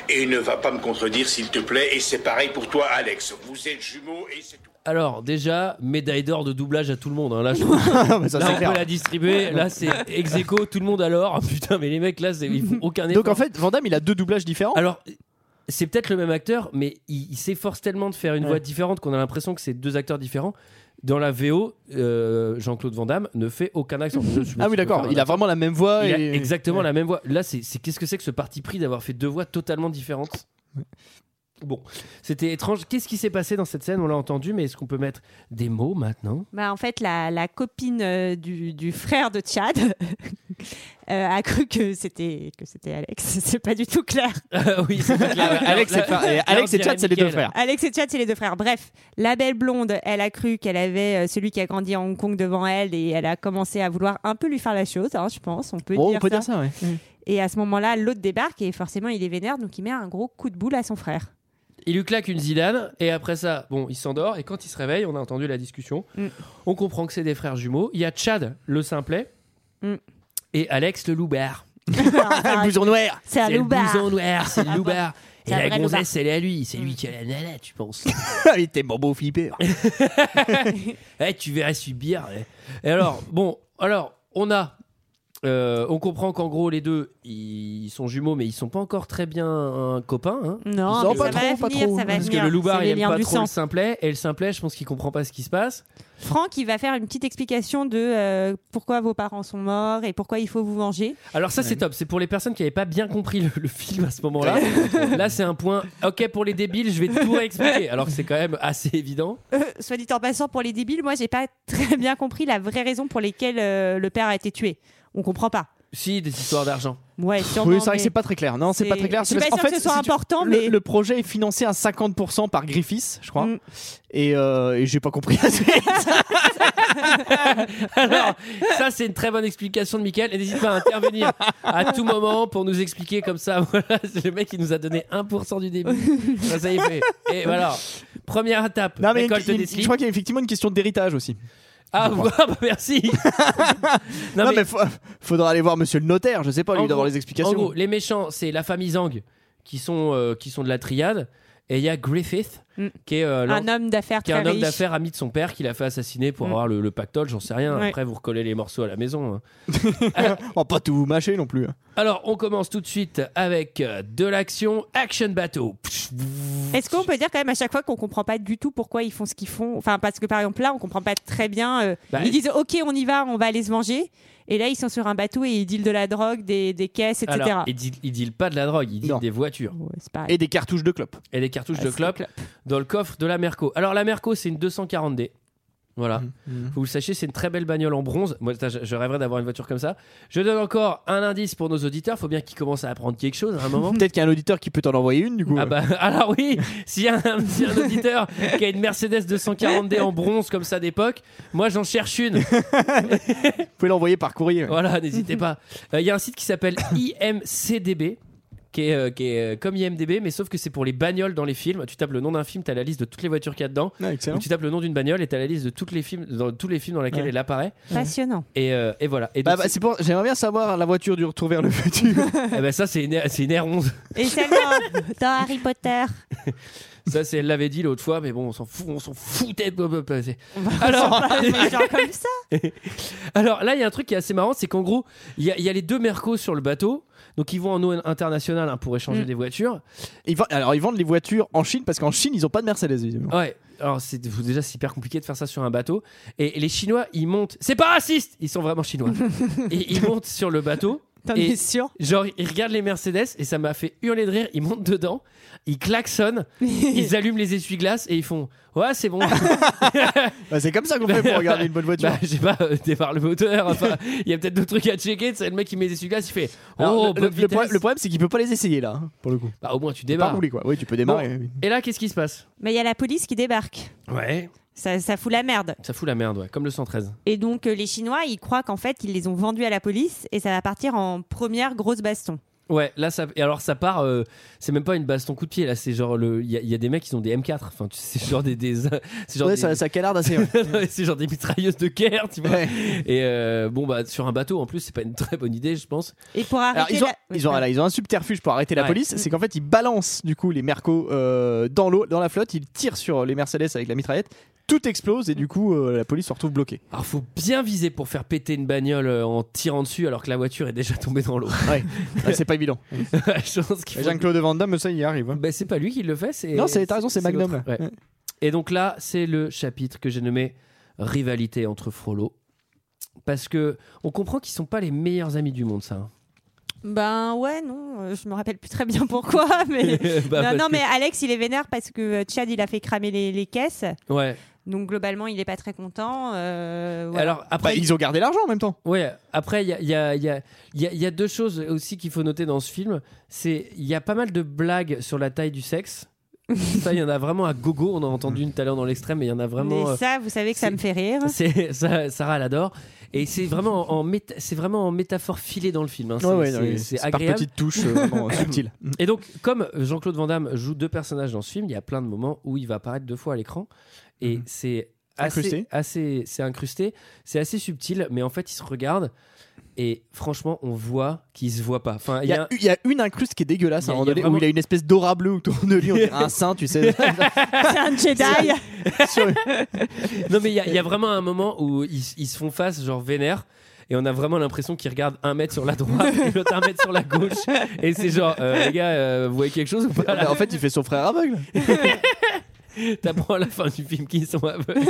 H: Et ne va pas me contredire, s'il te plaît. Et c'est pareil pour toi, Alex. Vous êtes jumeaux et c'est tout.
A: Alors, déjà, médaille d'or de doublage à tout le monde. hein. Là, je-
G: Ah, bah, ça,
A: là,
G: c'est
A: on
G: clair.
A: peut la distribuer. Là, c'est ex aequo, tout le monde alors. Ah, putain, mais les mecs, là, c'est- ils font aucun effort.
G: Donc en fait, Vandamme, il a deux doublages différents.
A: Alors, c'est peut-être le même acteur, mais il, il s'efforce tellement de faire une
G: Ouais.
A: voix différente qu'on a l'impression que c'est deux acteurs différents. Dans la VO, euh, Jean-Claude Van Damme ne fait aucun accent. Je- je-
G: ah
A: je-
G: oui, d'accord.
A: je-
G: Il a vraiment la même voix.
A: il a
G: et-
A: exactement la même voix. Là, c'est c'est- qu'est-ce que c'est que ce parti pris d'avoir fait deux voix totalement différentes Bon, c'était étrange. Qu'est-ce qui s'est passé dans cette scène On l'a entendu, mais est-ce qu'on peut mettre des mots maintenant
F: Bah, en fait, la, la copine euh, du, du frère de Chad euh, a cru que c'était que c'était Alex. C'est pas du tout clair.
A: Ah Oui, c'est pas clair.
G: Alex, et,
A: Alors, là-
G: et
A: là,
G: Alex
A: on
G: et
A: dirait
G: Chad, c'est les deux
A: Michael.
G: frères.
F: Alex et Chad, c'est les deux frères. Bref, la belle blonde, elle a cru qu'elle avait euh, celui qui a grandi à Hong Kong devant elle et elle a commencé à vouloir un peu lui faire la chose. hein, je pense, on peut,
G: Bon,
F: dire,
G: Oh, on peut
F: ça.
G: dire ça, ouais.
F: Et à ce moment-là, l'autre débarque et forcément, il est vénère, donc il met un gros coup de boule à son frère.
A: Il lui claque une Zidane et après ça, bon, il s'endort et quand il se réveille, on a entendu la discussion.
F: Mm.
A: On comprend que c'est des frères jumeaux. Il y a Chad, le simplet,
F: Mm.
A: et Alex, le loubert.
G: Un Ah, blouson noir.
F: C'est un
A: C'est le
F: loupard.
A: blouson noir, c'est le loubert. Et
F: Ah, C'est un
A: la
F: vrai
A: gonzesse,
F: loupard.
A: elle est à lui. C'est lui qui a la nana, tu penses
F: Ah,
G: Il était bon, beau flipper.
A: Eh, tu verrais subir. eh. Et alors, bon, alors, on a. euh, on comprend qu'en gros, les deux, ils sont jumeaux, mais ils sont pas encore très bien euh, copains. hein.
F: Non, mais
G: pas
F: ça, va
G: trop, pas
F: venir,
G: trop.
F: ça va
A: Parce que
F: venir.
A: le loubard,
F: C'est
A: il
F: les
A: aime
F: liens
A: pas
F: du
A: trop
F: sang.
A: le simplet. Et le simplet, je pense qu'il comprend pas ce qui se passe.
F: Franck, il va faire une petite explication de euh, pourquoi vos parents sont morts et pourquoi il faut vous venger.
A: Alors ça c'est top, c'est pour les personnes qui n'avaient pas bien compris le, le film à ce moment-là. Là c'est un point, ok pour les débiles je vais tout réexpliquer, alors que c'est quand même assez évident.
F: Euh, soit dit en passant, pour les débiles, moi, j'ai pas très bien compris la vraie raison pour laquelle euh, le père a été tué. On comprend pas.
A: Si, des histoires d'argent.
F: Ouais, sûrement.
G: Oui, c'est vrai que
F: mais-
G: c'est pas très clair. Non, c'est
F: c'est-
G: pas très clair.
F: je suis
G: C'est parce-
F: pas sûre que ce soit
G: si tu-
F: important,
G: le-
F: mais-
G: le, projet est financé à 50% par Griffiths, je crois.
F: Mm.
G: Et, euh, et j'ai pas compris la suite.
A: Alors, ça, c'est une très bonne explication de Michael. Et n'hésite pas à intervenir à tout moment pour nous expliquer comme ça. Voilà, c'est le mec qui nous a donné 1% du début. Ça, ça y est fait. Et voilà. Première étape,
G: Non, mais il y a une-
A: récolte
G: il-
A: des
G: je
A: slips.
G: crois qu'il y a effectivement une question d'héritage aussi.
A: Ah, bah, merci. non,
G: Non,
A: mais
G: mais, fa- faudra aller voir monsieur le notaire, je sais pas,
A: En
G: lui d'avoir
A: gros-
G: les explications.
A: En gros, les méchants, c'est la famille Zang qui sont, euh, qui sont de la triade. Et il y a Griffith
F: Mm.
A: qui est, euh, l'an-
F: Un homme d'affaires
A: qui est
F: très
A: un homme
F: riche.
A: d'affaires ami de son père qui l'a fait assassiner pour
F: Mm.
A: avoir le, le pactole, j'en sais rien.
F: Ouais.
A: Après, vous recollez les morceaux à la maison. hein.
G: Oh, pas tout mâcher non plus. hein.
A: Alors, on commence tout de suite avec euh, de l'action, action bateau.
F: Est-ce qu'on peut dire quand même à chaque fois qu'on comprend pas du tout pourquoi ils font ce qu'ils font Enfin, parce que par exemple là, on comprend pas très bien. euh,
A: Bah,
F: ils disent OK, on y va, on va aller se manger. Et là, ils sont sur un bateau et ils dealent de la drogue, des, des caisses, etc.
A: Alors, il dit, il dit pas de la drogue, il dit
G: Non.
A: des voitures
F: Ouais, c'est pareil.
G: Et des cartouches de clope.
A: et des cartouches
F: Ah,
A: de
F: c'est
A: clope dans le coffre de la Merco. Alors, la Merco, c'est une 240D. Voilà. Faut que vous le sachiez, c'est une très belle bagnole en bronze. Moi, putain, je je rêverais d'avoir une voiture comme ça. Je donne encore un indice pour nos auditeurs. Faut bien qu'ils commencent à apprendre quelque chose hein, à un moment.
G: Peut-être qu'il y a un auditeur qui peut t'en envoyer une du coup.
A: Ah bah, alors oui, s'il y a un, s'il y a un auditeur qui a une Mercedes 240D en bronze comme ça d'époque, moi j'en cherche une.
G: Vous pouvez l'envoyer par courrier.
A: Voilà, n'hésitez pas. Euh, Il y a un site qui s'appelle IMCDB. Qui est, euh, qui est, euh, comme IMDB, mais sauf que c'est pour les bagnoles dans les films. Tu tapes le nom d'un film, t'as la liste de toutes les voitures qu'il y a dedans.
G: Ah,
A: Ou
G: excellent.
A: tu tapes le nom d'une bagnole et t'as la liste de toutes les films, dans tous les films dans lesquels
G: Ouais.
A: elle apparaît.
F: Passionnant.
A: Et, euh, et voilà. Et donc,
G: Bah, bah, c'est pour... J'aimerais bien savoir la voiture du retour vers le futur.
A: eh ben, ça, c'est une, c'est une R11.
F: Et celle dans, dans Harry Potter.
A: Ça, c'est elle l'avait dit l'autre fois, mais bon, on s'en fout, on s'en foutait.
F: Genre
A: Alors,
F: comme ça.
A: alors là, il y a un truc qui est assez marrant, c'est qu'en gros, il y, a- il y a les deux mercos sur le bateau, donc ils vont en eau internationale hein, pour échanger
F: Mm.
A: des voitures.
G: Ils vend- Alors ils vendent les voitures en Chine parce qu'en Chine ils ont pas de Mercedes évidemment.
A: Ouais. Alors c'est déjà c'est hyper compliqué de faire ça sur un bateau. Et les Chinois, ils montent. C'est pas raciste. Ils sont vraiment chinois. et ils montent sur le bateau.
F: T'en
A: Et-
F: es sûr
A: Genre, ils regardent les Mercedes et ça m'a fait hurler de rire. Ils montent dedans, ils klaxonnent, ils allument les essuie-glaces et ils font Ouais, c'est bon.
G: Ah, Bah, c'est comme ça qu'on fait pour regarder une bonne voiture.
A: Bah, je sais pas, euh, démarre le moteur. Enfin, il y a peut-être d'autres trucs à checker. C'est le mec qui met des essuie-glaces, il fait Oh,
G: Alors, le,
A: bonne
G: le- le
A: vitesse.
G: problème, le problème, c'est qu'il peut pas les essayer là hein, pour le coup.
A: Bah, au moins, tu
G: Faut Pas
A: démarres.
G: rouler quoi. Oui tu peux démarrer. oui.
A: Et là, qu'est-ce qui se passe
F: Mais il y a la police qui débarque.
A: Ouais.
F: Ça, ça fout la merde.
A: Ça fout la merde, ouais, comme le 113.
F: Et donc euh, les Chinois, ils croient qu'en fait, ils les ont vendus à la police et ça va partir en première grosse baston.
A: Ouais, là, ça. Et alors, ça part. euh, c'est même pas une baston coup de pied. Là, c'est genre. le- Il y, a- il y a des mecs qui ont des M4. Enfin, tu sais, c'est genre des. des- c'est genre
G: Ouais,
A: des-
G: ça, ça calarde assez. ouais.
A: c'est genre des mitrailleuses de guerre, tu vois.
G: Ouais.
A: Et euh, bon, bah, sur un bateau, en plus, c'est pas une très bonne idée, je pense.
F: Et pour
G: Alors,
F: arrêter
G: ils ont,
F: la-
G: ils, ont, voilà, ils ont un subterfuge pour arrêter la
A: Ouais.
G: police, c'est qu'en fait ils balancent du coup les mercos euh, dans l'eau, dans la flotte, ils tirent sur les Mercedes avec la mitraillette, tout explose et du coup euh, la police se retrouve bloquée.
A: Alors, faut bien viser pour faire péter une bagnole euh, en tirant dessus alors que la voiture est déjà tombée dans l'eau.
G: Ouais, Ouais, c'est pas évident.
A: je pense qu'il
G: Et
A: faut-
G: Jean-Claude Van Damme, ça il y arrive. hein.
A: Bah, c'est pas lui qui le fait, c'est.
G: Non, c'est- t'as raison, c'est Magnum.
A: l'autre. Ouais.
G: Ouais.
A: Et donc là, c'est le chapitre que j'ai nommé Rivalité entre Frollo. Parce que on comprend qu'ils sont pas les meilleurs amis du monde, ça. hein.
F: Ben ouais, non, euh, je me rappelle plus très bien pourquoi, mais
A: Bah,
F: non,
A: parce
F: non,
A: que-
F: mais Alex, il est vénère parce que euh, Tchad, il a fait cramer les, les caisses,
A: Ouais.
F: donc globalement, il est pas très content. euh, voilà.
A: Alors après,
G: Bah, ils ont gardé l'argent en même temps.
A: Ouais, après, il y a, il y a- il y a- il y a- il y a deux choses aussi qu'il faut noter dans ce film. C'est il y a pas mal de blagues sur la taille du sexe. ça, il y en a vraiment à gogo. On a entendu une tout à l'heure dans l'extrême, mais il y en a vraiment.
F: Mais
A: euh,
F: ça, vous savez que ça
A: c'est-
F: me fait rire.
A: c'est ça, Sarah l'adore. Et c'est vraiment en, en méta- c'est vraiment en métaphore filée dans le film. hein. C'est
G: Ouais, ouais,
A: c'est-
G: non, mais
A: c'est
G: c'est par
A: agréable.
G: petites touches euh, vraiment euh, subtiles.
A: Et donc, comme Jean-Claude Van Damme joue deux personnages dans ce film, il y a plein de moments où il va apparaître deux fois à l'écran. Et
G: Mhm.
A: c'est assez,
G: Incrusté.
A: assez, c'est incrusté, c'est assez subtil, mais en fait, ils se regardent. Et franchement, on voit qu'ils se voient pas. Enfin,
G: Il y, a,
A: un-
G: il y a une incruste qui est dégueulasse à
A: Il y
G: un
A: a-
G: moment
A: il y a
G: donné
A: vraiment-
G: où il a une espèce d'aura bleue autour de lui, on dirait un saint, tu sais.
F: c'est un Jedi.
G: sur-
A: non, mais il y, a- il y a vraiment un moment où ils, ils se font face, genre vénère. Et on a vraiment l'impression qu'ils regardent un mètre sur la droite et l'autre un mètre sur la gauche. Et c'est genre, euh, les gars, euh, vous voyez quelque chose ou pas là
G: Ah, bah, En fait, il fait son frère aveugle.
A: T'apprends à la fin du film qu'ils sont aveugles.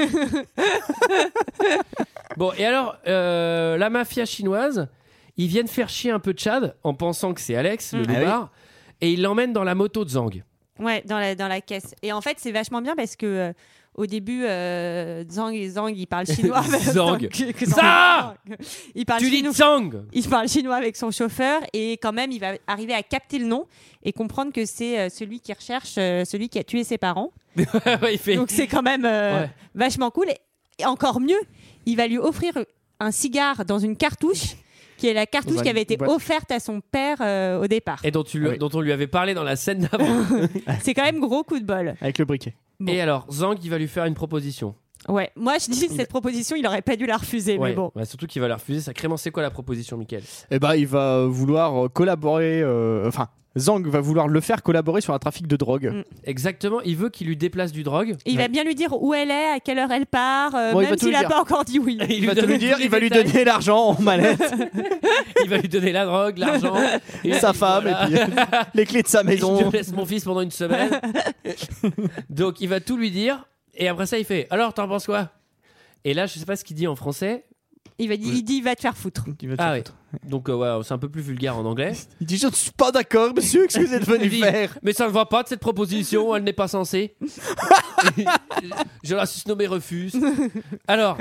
A: bon, et alors, euh, la mafia chinoise, ils viennent faire chier un peu Chad en pensant que c'est Alex, le
F: Mm.
G: Ah oui.
A: loupard, et ils l'emmènent dans la moto de Zang.
F: Ouais, dans la, dans la caisse. Et en fait, c'est vachement bien parce que euh, Au début, euh, Zhang, Zhang, il parle chinois.
A: Zhang.
F: Zhang Il parle
A: Tu dis
F: chinois.
A: Tsang
F: Il parle chinois avec son chauffeur et quand même, il va arriver à capter le nom et comprendre que c'est euh, celui qui recherche euh, celui qui a tué ses parents.
A: Ouais, Ah il fait-
F: Donc c'est quand même euh,
A: Ouais.
F: vachement cool. Et- Et encore mieux, il va lui offrir un cigare dans une cartouche qui est la cartouche
G: Ouais,
F: qui avait été
G: ouais.
F: offerte à son père euh, au départ.
A: Et dont, tu lui-
G: Oui.
A: dont on lui avait parlé dans la scène d'avant.
G: Ah.
F: C'est quand même gros coup de bol.
G: Avec le briquet.
A: Et alors, Zhang, il va lui faire une proposition.
F: Ouais, moi je dis que cette proposition, il aurait pas dû la refuser, Eh, mais
A: Ouais.
F: bon.
A: Ouais, surtout qu'il va la refuser. Sacrément, c'est quoi la proposition, Michael
G: Eh ben, il va vouloir collaborer. euh, Enfin, Zhang va vouloir le faire collaborer sur un trafic de drogue.
F: Mm.
A: Exactement, il veut qu'il lui déplace du drogue.
F: Et Il va bien lui dire où elle est, à quelle heure elle part, euh,
G: Bon, il va
F: même
G: tout
F: s'il
G: lui
F: a
G: dire.
F: pas encore dit oui.
A: Il
G: Il va te
A: donne
G: le
A: tous
G: dire,
A: les
G: il va lui
A: détails.
G: donner l'argent en mallette,
A: Il va lui donner la drogue, l'argent. Et
G: sa
A: puis
G: femme,
A: voilà.
G: et puis euh, les clés de sa
A: Je
G: maison.
A: te laisse mon fils pendant une semaine. Donc il va tout lui dire et après ça il fait alors t'en penses quoi Et là je sais pas ce qu'il dit en français.
F: Il, va, il dit va te faire foutre.
G: Il, va te
A: Ah
G: faire
A: ouais. Donc euh, ouais, c'est un peu plus vulgaire en anglais.
G: foutre. Il dit Je ne suis pas d'accord, monsieur, qu'est-ce que vous êtes
A: Il
G: venu
A: dit,
G: faire
A: Mais ça ne va pas de cette proposition, elle n'est pas censée. je la susnommée refuse. Alors,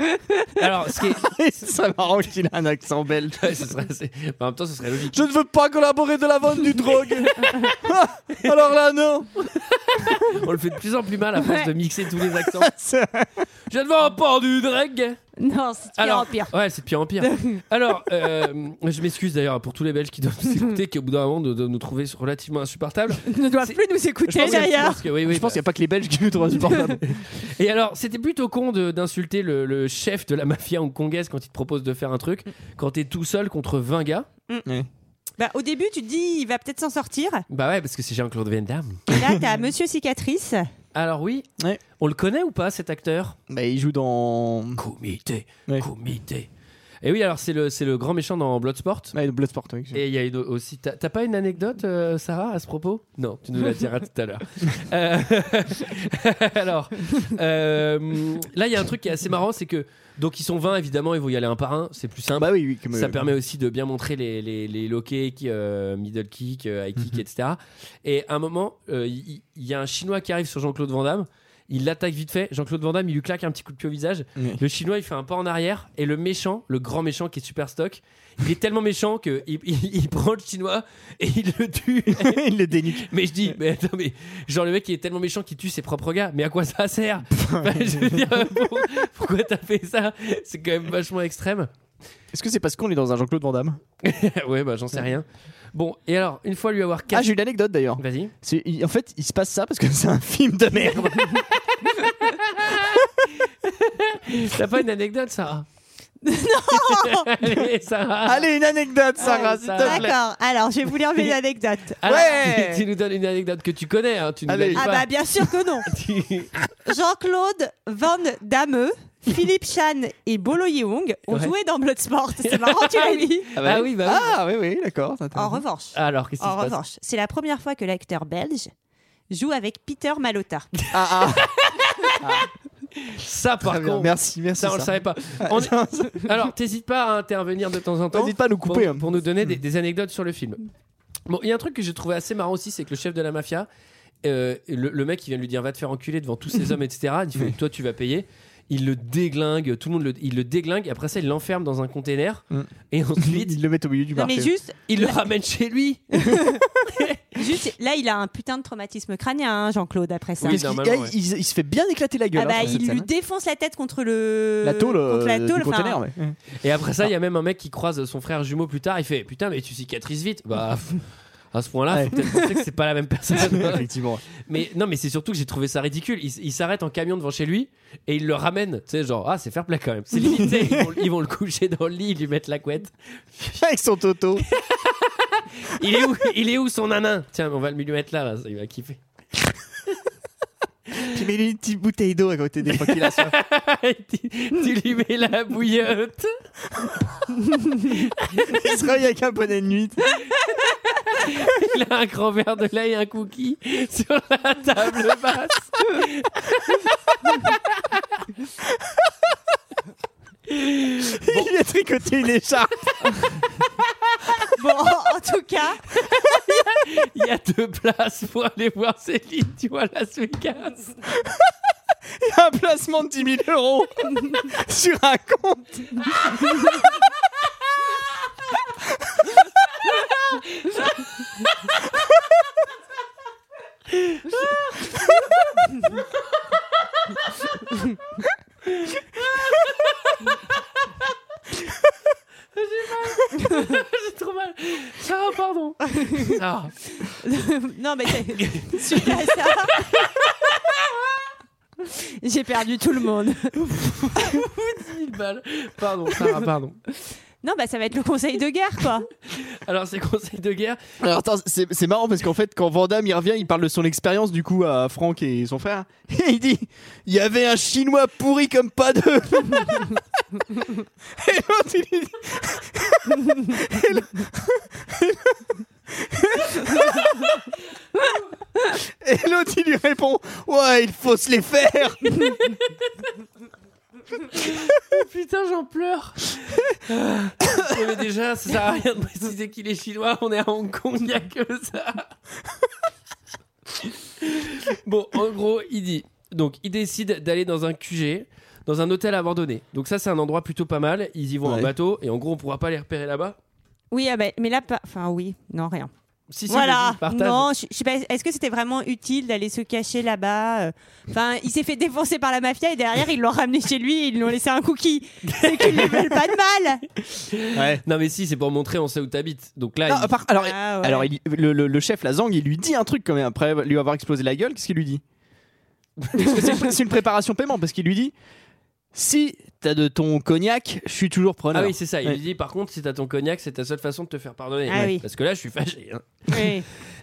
A: alors ce qui est-
G: Ce serait marrant qu'il a un accent belge.
A: Ouais, ce serait- c'est- en même temps ce serait logique.
G: Je ne veux pas collaborer de la vente du drogue. Ah, Alors là, non.
A: On le fait de plus en plus mal à force
F: Ouais.
A: de mixer tous les accents.
G: C'est-
A: Je ne vends pas du drag.
F: Non, c'est de pire en pire.
A: Ouais, c'est de pire en pire. Alors, euh, je m'excuse d'ailleurs pour tous les Belges qui doivent nous écouter, qui au bout d'un moment doivent nous trouver relativement insupportables.
F: Ils ne doivent
A: C'est-
F: plus nous écouter
A: que- je
F: d'ailleurs.
A: pense que- oui, oui,
G: Je pense
A: bah.
G: qu'il n'y a pas que les Belges qui nous trouvent insupportables.
A: Et alors, c'était plutôt con de- d'insulter le, le chef de la mafia hongkongaise quand il te propose de faire un truc, quand t'es tout seul contre 20 gars.
F: Bah, au début, tu te dis il va peut-être s'en sortir.
A: Bah ouais, parce que c'est Jean-Claude Van Damme.
F: Et là, t'as Monsieur Cicatrice.
A: Alors oui,
G: Ouais.
A: on le connaît ou pas cet acteur
G: Mais Bah, il joue dans
A: Comité,
G: Ouais.
A: comité. Et oui, alors c'est le, c'est le grand méchant dans Bloodsport.
G: ouais, Bloodsport. oui.
A: Et il y a une au- aussi. T'as t'as pas une anecdote, euh, Sarah, à ce propos Non, tu nous la diras tout à l'heure. Euh, alors, euh, là, il y a un truc qui est assez marrant, c'est que. Donc, ils sont 20, évidemment, ils vont y aller un par un, c'est plus simple.
G: Bah oui, oui. Comme,
A: Ça
G: euh,
A: permet aussi de bien montrer les, les, les low kick, euh, middle kick, euh, high kick,
G: Mhm.
A: etc. Et à un moment, euh, il il y, a un Chinois qui arrive sur Jean-Claude Van Damme. Il l'attaque vite fait. Jean-Claude Van Damme, il lui claque un petit coup de pied au visage.
G: Oui.
A: Le Chinois, il fait un pas en arrière. Et le méchant, le grand méchant qui est super stock, il est tellement méchant que il, il- il prend le Chinois et il le tue.
G: il le dénuque.
A: mais je dis, mais attends, mais genre le mec, il est tellement méchant qu'il tue ses propres gars. Mais à quoi ça sert Enfin, Je veux dire, bon, pourquoi t'as fait ça C'est quand même vachement extrême.
G: Est-ce que c'est parce qu'on est dans un Jean-Claude Van Damme
A: ouais, bah j'en sais rien. Bon, et alors, une fois lui avoir
G: Ah,
A: caché.
G: j'ai une anecdote d'ailleurs.
A: Vas-y.
G: C'est- il- En fait, il se passe ça parce que c'est un film de merde.
A: T'as pas une anecdote, Sarah Non Allez, Sarah
G: Allez, une anecdote, Sarah,
A: Ouais,
G: s'il
A: ça
G: te
A: va.
G: plaît. Ah,
F: D'accord, alors je vais vous lire une anecdote.
A: Alors,
G: Ouais
A: tu, tu nous donnes une anecdote que tu connais, hein, tu nous la
G: Allez.
A: dis
F: Ah
A: pas.
F: bah bien sûr que non. Jean-Claude Van Damme, Philippe Chan et Bolo Yeung ont
A: Ouais.
F: joué dans Bloodsport. C'est marrant, tu l'as dit.
A: Ah, bah oui, bah oui.
G: Ah oui, oui, d'accord. ça
F: En
G: t'intéresse.
F: revanche,
A: Alors, qu'est-ce qui
F: en
A: se passe
F: revanche, c'est la première fois que l'acteur belge joue avec Peter Malota.
G: Ah, ah,
A: Ça, par
G: très bien.
A: contre,
G: Merci, merci.
A: ça, on le
G: Sarah.
A: savait pas. On- Alors, t'hésites pas à intervenir de temps en temps.
G: N'hésite pas à nous
A: pour,
G: couper. hein.
A: pour nous donner des, des anecdotes sur le film. Bon, il y a un truc que j'ai trouvé assez marrant aussi, c'est que le chef de la mafia, euh, le, le mec qui vient lui dire va te faire enculer devant tous ces hommes, etc. Il
G: Mm.
A: fait toi tu vas payer. Il le déglingue, tout le monde le, il le déglingue. Et après ça, il l'enferme dans un container
G: Mm.
A: et ensuite
G: Ils le mettent au milieu du
F: Non
G: marché.
F: mais juste,
A: il le ramène chez lui.
F: juste, là il a un putain de traumatisme crânien, hein, Jean-Claude, après ça.
A: Oui,
G: Parce qu'il-
A: normalement,
G: eh,
A: ouais.
G: il, il se fait bien éclater la gueule.
F: Ah
G: hein,
F: bah,
G: sur cette
F: il lui
G: scène.
F: défonce la tête contre le
G: La tôle,
F: contre la
G: euh,
F: tôle,
G: du
F: enfin,
G: conteneur, ouais.
A: Et après
G: Ah.
A: ça, il y a même un mec qui croise son frère jumeau plus tard. Il fait putain mais tu cicatrises vite. Bah pff, à ce point-là,
G: Ouais.
A: faut peut-être penser que c'est pas la même personne.
G: Effectivement.
A: Mais non, mais c'est surtout que j'ai trouvé ça ridicule. Il, s- il s'arrête en camion devant chez lui et il le ramène. Tu sais, genre, ah, c'est fair play quand même. C'est limité. ils, vont, ils vont le coucher dans le lit, ils lui mettent la couette.
G: Avec son toto.
A: Il est où, il est où son nanin Tiens, on va lui mettre là, là, ça, il va kiffer.
G: Puis mets une petite bouteille d'eau à côté des fois qu'il a soif.
A: tu, tu lui mets la bouillotte.
G: Il se réveille avec un bonnet de nuit.
A: Il a un grand verre de lait et un cookie sur la table basse.
G: Il a tricoté une écharpe.
F: Bon, en tout cas,
A: Il y a deux places pour aller voir Céline, tu vois, à Las Vegas.
G: y a un placement de 10 000 euros sur un compte.
A: J'ai mal. J'ai trop mal. Sarah, pardon. Sarah.
F: non, mais c'est- suite à ça. J'ai perdu tout le monde.
A: 1000 balles. Pardon, Sarah, pardon.
F: Non, bah ça va être le conseil de guerre, quoi.
A: Alors, ces conseils de guerre,
G: Alors attends, c'est c'est marrant parce qu'en fait, quand Vandamme il revient, il parle de son expérience du coup à Franck et son frère. Et il dit Il y avait un chinois pourri comme pas deux. et l'autre il lui dit Et l'autre- Et l'autre il lui répond Ouais, il faut se les faire.
A: Putain, j'en pleure. Ah. Ouais, mais déjà, ça sert à rien de préciser qu'il est chinois. On est à Hong Kong, il n'y a que ça. Bon, en gros, il dit. Donc, il décide d'aller dans un QG, dans un hôtel abandonné. Donc, ça, c'est un endroit plutôt pas mal. Ils y vont en
G: Ouais.
A: bateau et en gros, on pourra pas les repérer là-bas.
F: Oui, ah bah, mais là, pas... enfin oui, non, rien.
A: Si, si,
F: voilà.
A: vas-y, partage.
F: Non, je, je sais pas. Est-ce que c'était vraiment utile d'aller se cacher là-bas euh Enfin, il s'est fait défoncer par la mafia et derrière ils l'ont ramené chez lui. Et ils lui ont laissé un cookie. C'est qu'ils lui veulent pas de mal.
G: Ouais.
A: Non, mais si, c'est pour montrer on sait où t'habites. Donc là,
G: Non,
A: il-
G: par- alors,
F: Ah ouais.
G: alors il- le, le- le chef, la Zang, il lui dit un truc quand même. Après lui avoir explosé la gueule, qu'est-ce qu'il lui dit Parce que c'est c'est une préparation paiement parce qu'il lui dit Si t'as de ton cognac, je suis toujours preneur.
A: Ah oui, c'est ça. Il
G: Ouais.
A: lui dit par contre, si t'as ton cognac, c'est ta seule façon de te faire pardonner.
F: Ah oui.
A: Parce que là, je suis fâché. hein.
F: Oui.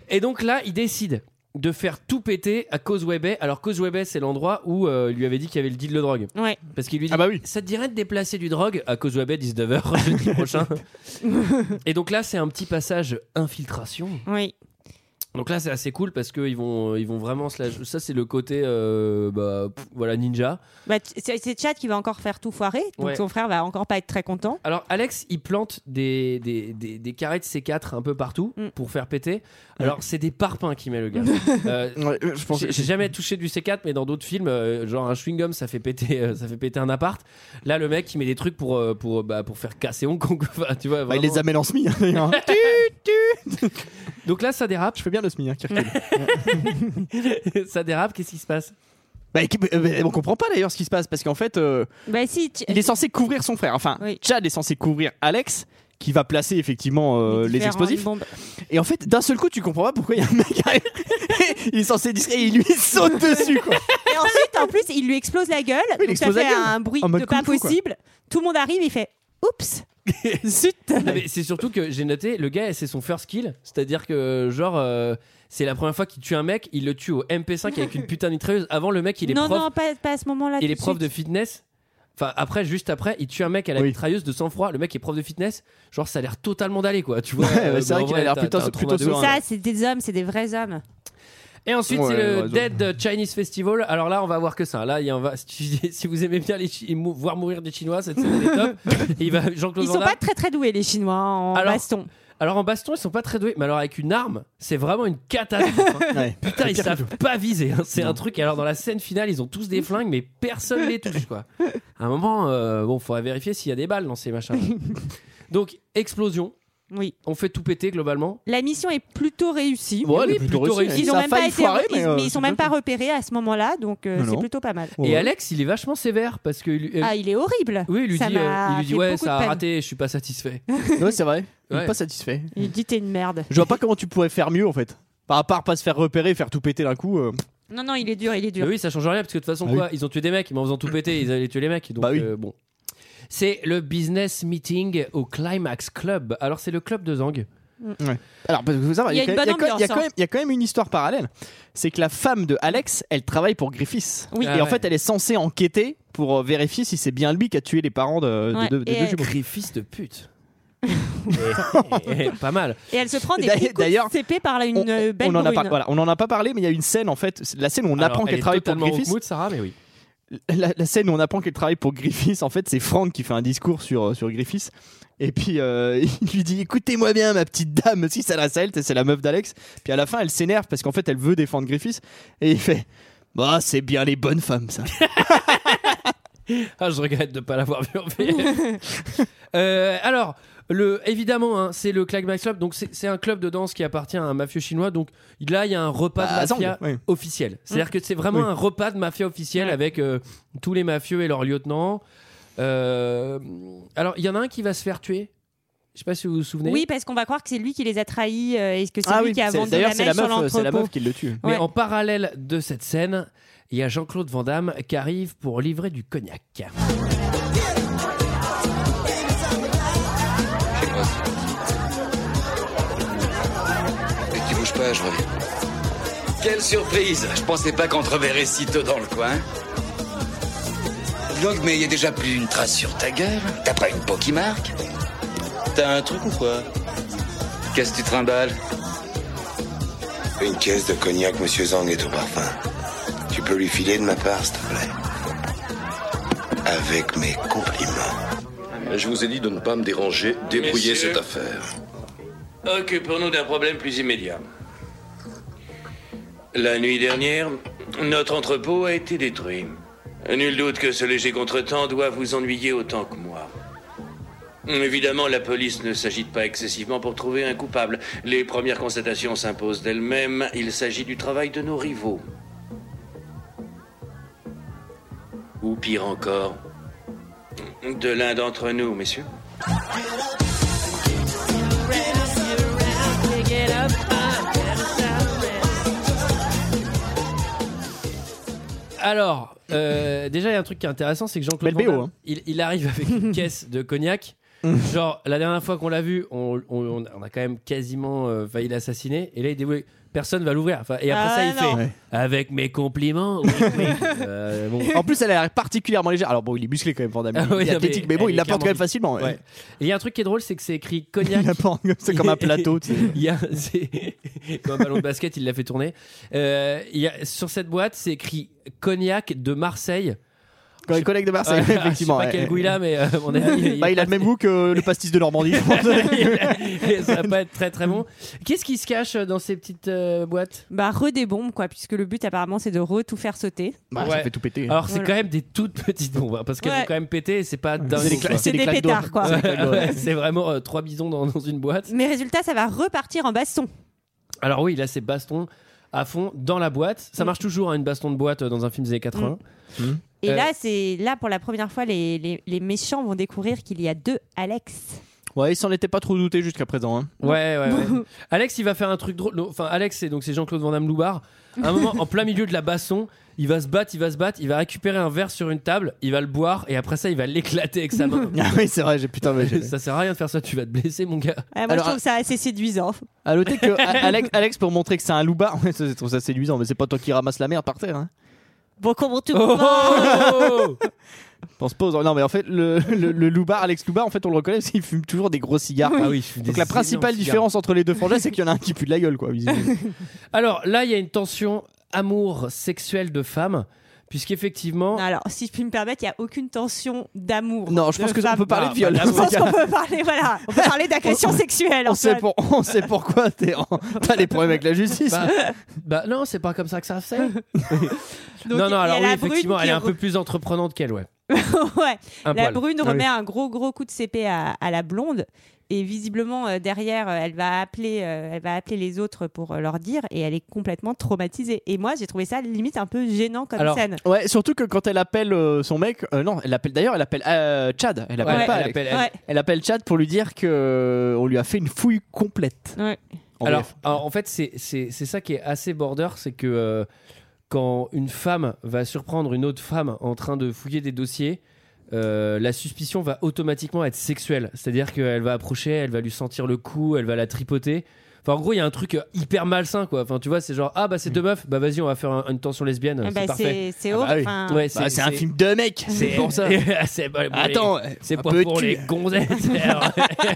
A: Et donc là, il décide de faire tout péter à Causeway Bay. Alors Causeway Bay, c'est l'endroit où euh, il lui avait dit qu'il y avait le deal de drogue.
F: Ouais.
A: Parce qu'il lui dit,
G: Ah bah oui.
A: ça te dirait de déplacer du drogue à Causeway Bay 19h jeudi prochain. Et donc là, c'est un petit passage infiltration.
F: Oui.
A: Donc là, c'est assez cool parce qu'ils vont, euh, ils vont vraiment se la- Ça, c'est le côté, euh, bah, pff, voilà, ninja.
F: Bah, t- c'est c'est Chad qui va encore faire tout foirer. Donc
A: Ouais.
F: son frère va encore pas être très content.
A: Alors Alex, il plante des, des, des, des carrés de C4 un peu partout
F: Mm.
A: pour faire péter. Alors, c'est des parpaings qui met le gars. Euh,
G: Ouais, je pense.
A: J'ai j'ai jamais touché du C4, mais dans d'autres films, euh, genre un chewing-gum, ça fait péter, euh, ça fait péter un appart. Là, le mec, il met des trucs pour euh, pour bah, pour faire casser Hong Kong. Enfin, tu vois,
G: Bah, il
A: vraiment.
G: les amène en SMI. d'ailleurs. Tu-
A: Donc là, ça dérape.
G: je fais bien le SMI. hein, qui recule.
A: ça dérape. Qu'est-ce qui se passe
G: Bah, qui- euh, bah, on comprend pas d'ailleurs ce qui se passe parce qu'en fait, euh,
F: Bah si. Ch-
G: il est censé couvrir son frère. Enfin,
F: Oui.
G: Chad est censé couvrir Alex qui va placer effectivement euh, les
F: différents-
G: explosifs.
F: bombes.
G: Et en fait, d'un seul coup, tu comprends pas pourquoi il y a un mec qui arrive. Il est censé discret et il lui saute dessus quoi.
F: Et ensuite, en plus, il lui explose la gueule.
G: il
F: donc ça
G: explose la
F: fait
G: gueule.
F: un bruit
G: En mode
F: de pas
G: kung-fu, quoi.
F: possible. Tout le monde arrive. Il fait oups. Zut.
A: Non, mais C'est surtout que j'ai noté, le gars, c'est son first kill, c'est-à-dire que genre. euh, c'est la première fois qu'il tue un mec, il le tue au MP5 avec une putain de mitrailleuse. Avant, le mec, il est
F: non,
A: prof,
F: non, pas, pas à ce moment-là.
A: il est
F: tout
A: prof
F: suite.
A: de fitness. Enfin, après, juste après, il tue un mec à la
G: Oui.
A: mitrailleuse de sang-froid. Le mec est prof de fitness. Genre, ça a l'air totalement d'aller, quoi. Tu vois,
G: Ouais, ouais,
A: Euh,
G: c'est
A: bah,
G: vrai
A: en
G: qu'il a l'air
A: t'as-
G: plutôt-
A: t'as un
G: plutôt
A: trauma de
G: serein.
A: ouf.
F: Ça, c'est des hommes, c'est des vrais hommes.
A: Et ensuite,
G: Ouais,
A: c'est
G: ouais,
A: le
G: raison.
A: Dead Chinese Festival. Alors là, on va voir que ça. Là, il y en va, si si vous aimez bien les Chi- mou- voir mourir des Chinois, cette scène elle est top. Et il va Jean-Claude
F: Ils sont
A: Van
F: pas
A: Damme.
F: très très doués les Chinois en
A: Alors-
F: baston.
A: Alors en baston, ils sont pas très doués, mais alors avec une arme, c'est vraiment une catastrophe. hein.
G: Ouais.
A: Putain,
G: Le
A: ils
G: pire
A: savent pas viser. hein. C'est un truc. Et Alors dans la scène finale, ils ont tous des flingues, mais personne les touche, quoi. À un moment, euh, bon, faudrait vérifier s'il y a des balles dans ces machins. Donc explosion.
F: Oui.
A: On fait tout péter globalement.
F: La mission est plutôt réussie.
G: Ouais, elle est
A: oui,
G: plutôt
A: plutôt
G: réussie.
A: réussie.
F: Ils ont
G: Ça a
F: même
G: failli
F: pas été,
G: foirer,
F: ils-
G: mais, euh,
F: ils sont
G: c'est
F: même
G: bien
F: pas repérés à ce moment-là, donc euh,
G: Non,
F: c'est
G: non.
F: plutôt pas mal.
A: Et
G: Ouais.
A: Alex, il est vachement sévère parce que lui- euh,
F: Ah, il est horrible.
A: oui, il lui
F: ça
A: dit, euh,
F: m'a
A: il lui dit
F: fait
A: ouais,
F: beaucoup
A: ça
F: de
A: a
F: peine.
A: raté, je suis pas satisfait.
G: Ouais, c'est vrai. Il est
A: Ouais.
G: pas satisfait.
F: Il dit t'es une merde.
G: Je vois pas comment tu pourrais faire mieux en fait. À part pas se faire repérer, faire tout péter d'un coup. euh,
F: Non, non, il est dur, il est
A: Mais
F: dur.
A: oui, ça change rien parce que de toute façon,
G: Ah
A: quoi, ils ont tué des mecs, mais en faisant tout péter, ils allaient tuer les mecs. Donc,
G: Bah oui.
A: euh, bon. C'est le business meeting au Climax Club. Alors, c'est le club de Zang.
G: Alors, parce que faut savoir, il y a
F: une
G: quand- il y a
F: bonne
G: quand- il y a
F: ambiance,
G: quand même- il y a quand même une histoire parallèle. C'est que la femme de Alex, elle travaille pour Griffiths.
F: Oui.
G: Et
A: Ah
G: en
A: ouais.
G: fait, elle est censée enquêter pour euh, vérifier si c'est bien lui qui a tué les parents de, des
F: Ouais,
G: deux- des
F: et
G: deux
F: elle-
G: jumeaux.
A: Griffiths de pute. Eh, pas mal.
F: Et elle se prend des
G: D'ailleurs-
F: coups de
G: d'ailleurs,
F: CP par la- une
G: On-
F: euh, belle
G: on, en a pas,
F: brune.
G: voilà, on en a pas parlé, mais il y a une scène en fait, c'est la scène où on
A: Alors,
G: apprend
A: elle
G: qu'elle
A: est
G: travaille pour
A: totalement
G: Griffiths.
A: Hookmood, Sarah, mais oui.
G: La, la scène où on apprend qu'elle travaille pour Griffiths, en fait, c'est Franck qui fait un discours sur, euh, sur Griffiths. Et puis euh, il lui dit écoutez-moi bien ma petite dame si ça la elle c'est la meuf d'Alex puis à la fin elle s'énerve parce qu'en fait elle veut défendre Griffiths et il fait Bah, c'est bien les bonnes femmes, ça.
A: Ah, je regrette de ne pas l'avoir vu en VF. Euh, alors, le, évidemment, hein, c'est le Clack Max Club. Donc, c'est c'est un club de danse qui appartient à un mafieux chinois. Donc, là, il y a un repas
G: Bah,
A: de mafia
G: Zang, oui.
A: officiel. C'est-à-dire
F: Mmh.
A: que c'est vraiment
G: Oui.
A: un repas de mafia officiel avec euh, tous les mafieux et leurs lieutenants. Euh, alors, il y en a un qui va se faire tuer. Je sais pas si vous vous souvenez.
F: Oui, parce qu'on va croire que c'est lui qui les a trahis euh, et que c'est
G: Ah
F: lui
G: oui,
F: qui a
G: c'est-
F: vendu la
G: d'ailleurs,
F: mèche
G: c'est la,
F: sur
G: meuf, euh, c'est la
F: l'entrepôt.
G: meuf qui le tue.
A: Mais
F: Ouais.
A: en parallèle de cette scène, il y a Jean-Claude Van Damme qui arrive pour livrer du cognac.
B: Et qui bouge pas, je reviens.
C: Quelle surprise Je pensais pas qu'on te reverrait si tôt dans le coin.
B: Donc, mais il y a déjà plus une trace sur ta gueule. T'as pas une peau qui marque. T'as un truc ou quoi Qu'est-ce que tu trimbales
J: Une caisse de cognac, monsieur Zang, est au parfum. Tu peux lui filer de ma part, s'il te plaît. Avec mes compliments.
H: Je vous ai dit de ne pas me déranger. Débrouillez
C: Messieurs.
H: cette affaire.
C: Occupons-nous d'un problème plus immédiat. La nuit dernière, notre entrepôt a été détruit. Nul doute que ce léger contretemps doit vous ennuyer autant que moi. Évidemment, la police ne s'agite pas excessivement pour trouver un coupable. Les premières constatations s'imposent d'elles-mêmes. Il s'agit du travail de nos rivaux. Ou pire encore, de l'un d'entre nous, messieurs.
A: Alors, euh, déjà, il y a un truc qui est intéressant, c'est que Jean-Claude
G: Belle
A: Van
G: BO,
A: Damme,
G: hein.
A: il, il arrive avec une caisse de cognac. Genre, la dernière fois qu'on l'a vu, on, on- on a quand même quasiment euh, failli l'assassiner. Et là, il dit oui, personne va l'ouvrir. Enfin, et après
F: Ah
A: ça,
F: ouais,
A: il fait
F: non.
G: Ouais.
A: avec mes compliments. oui, oui. Euh, bon.
G: En plus, elle a l'air particulièrement légère. Alors bon, il est musclé quand même, Van Damme.
A: Ah
G: il est
A: oui, non,
G: athlétique,
A: mais
G: mais, bon,
A: elle
G: il
A: est
G: l'apporte quand même
A: clairement-
G: facilement. ouais.
A: Ouais. Et Il y a un truc qui est drôle, c'est que c'est écrit cognac.
G: Il l'apporte comme ça, comme un plateau. tu sais.
A: Il y a, c'est- comme un ballon de basket, il l'a fait tourner. Euh, il y a, sur cette boîte, c'est écrit cognac de Marseille.
G: Quand les collègues de Marseille,
A: Euh, Je
G: effectivement.
A: sais pas
G: ouais.
A: quel goût il a, mais euh, à mon avis,
G: Bah, il a le même goût que le pastis de Normandie. je pense.
A: Et ça va pas être très très bon. Qu'est-ce qui se cache dans ces petites euh, boîtes
F: Bah, re des bombes, quoi, puisque le but apparemment c'est de re tout faire sauter.
G: Bah,
A: Ouais. Ah.
G: Ça fait tout péter.
A: Alors c'est
F: Voilà.
A: quand même des toutes petites bombes hein, parce qu'elles
F: Ouais.
A: vont quand même péter et c'est pas dingue.
G: Ah, C'est des
A: quoi.
G: cla-
F: C'est
G: des
F: des
G: claques d'eau.
F: pétards, quoi.
G: C'est des claques d'eau, ouais.
A: Ouais, c'est vraiment euh, trois bisons dans, dans une boîte.
F: Mais résultat, ça va repartir en baston.
A: Alors oui, là c'est baston à fond dans la boîte. Ça
F: Mm.
A: marche toujours hein, une baston de boîte euh, dans un film des années 80.
F: Et
A: Euh.
F: là, c'est là pour la première fois, les, les, les méchants vont découvrir qu'il y a deux Alex.
G: Ouais, il s'en était pas trop douté jusqu'à présent. hein.
A: Ouais, ouais, ouais. Alex, il va faire un truc drôle. Non, Enfin, Alex, c'est donc c'est Jean-Claude Van Damme Loubard. À un moment, en plein milieu de la basson, il va se battre, il va se battre, il va récupérer un verre sur une table, il va le boire et après ça, il va l'éclater avec sa main.
G: Ah oui, c'est vrai, j'ai putain. mais j'ai-
A: ça sert à rien de faire ça, tu vas te blesser, mon gars.
F: Ah, moi,
G: Alors,
F: je trouve ça assez séduisant.
G: À noter Ah, que A- Alex, Alex, pour montrer que c'est un loupard, ouais, ça, je trouve ça séduisant, mais c'est pas toi qui ramasse la merde par terre. Hein.
F: Bon, comment tu
A: Oh, Ah
G: Pense pas aux- Non, mais en fait, le, le, le loupard, Alex Loubard, en fait, on le reconnaît parce qu'il fume toujours des gros cigares.
A: Ah oui, je suis
G: Donc
A: des
G: la principale
A: énormes
G: différence entre les deux frangins, c'est qu'il y en a un qui pue de la gueule, quoi. visiblement.
A: cigares. Alors là, il y a une tension amour sexuel de femme, puisqu'effectivement.
F: Alors, si je puis me permettre, il n'y a aucune tension d'amour.
G: Non, je
F: de
G: pense que ça, on
F: femme.
G: peut parler
A: Non,
G: de viol.
A: bah,
F: Je pense qu'on peut parler, voilà, on peut parler d'agression
G: On-
F: sexuelle.
G: on,
F: en
G: sait
F: fait.
G: pour- on sait pourquoi t'es en- t'as des problèmes avec la justice.
A: Bah, bah non, c'est pas comme ça que ça se fait.
F: Donc,
A: non,
F: il y
A: non,
F: a
A: alors oui,
F: la brune
A: effectivement,
F: qui
A: elle est un
F: re-
A: peu plus entreprenante qu'elle, ouais.
F: ouais.
A: Un
F: La
A: poil.
F: brune
G: Ah oui.
F: remet un gros gros coup de CP à, à la blonde et visiblement euh, derrière euh, elle va appeler euh, elle va appeler les autres pour euh, leur dire et elle est complètement traumatisée et moi j'ai trouvé ça limite un peu gênant comme
A: Alors,
F: scène.
G: Ouais, surtout que quand elle appelle euh, son mec, euh, non, elle l'appelle d'ailleurs, elle appelle euh, Chad. Elle appelle
A: Ouais,
G: pas
A: elle
G: Alex.
A: appelle, elle. euh,
F: Ouais. Eh
G: Elle appelle Chad pour lui dire que euh, on lui a fait une fouille complète.
F: Ouais.
G: En Bah,
A: Alors,
G: bref.
A: alors, en fait, c'est c'est- c'est ça qui est assez border, c'est que euh, quand une femme va surprendre une autre femme en train de fouiller des dossiers, euh, la suspicion va automatiquement être sexuelle. C'est-à-dire qu'elle va approcher, elle va lui sentir le cou, elle va la tripoter. Enfin, en gros, il y a un truc euh, hyper malsain, quoi. Enfin, tu vois, c'est genre, ah bah c'est deux meufs, bah vas-y, on va faire un- une tension lesbienne,
F: Ah
A: c'est
F: bah,
A: parfait.
F: c'est c'est
G: Ah bah
F: horrible,
G: oui.
F: enfin,
A: Ouais,
G: Bah, c'est un film de mec, c'est pour ça.
A: c'est bah, bon, les-
G: Attends,
A: C'est
G: un
A: pas
G: peu
A: pour
G: de
A: les
G: cul.
A: gonzettes. Alors,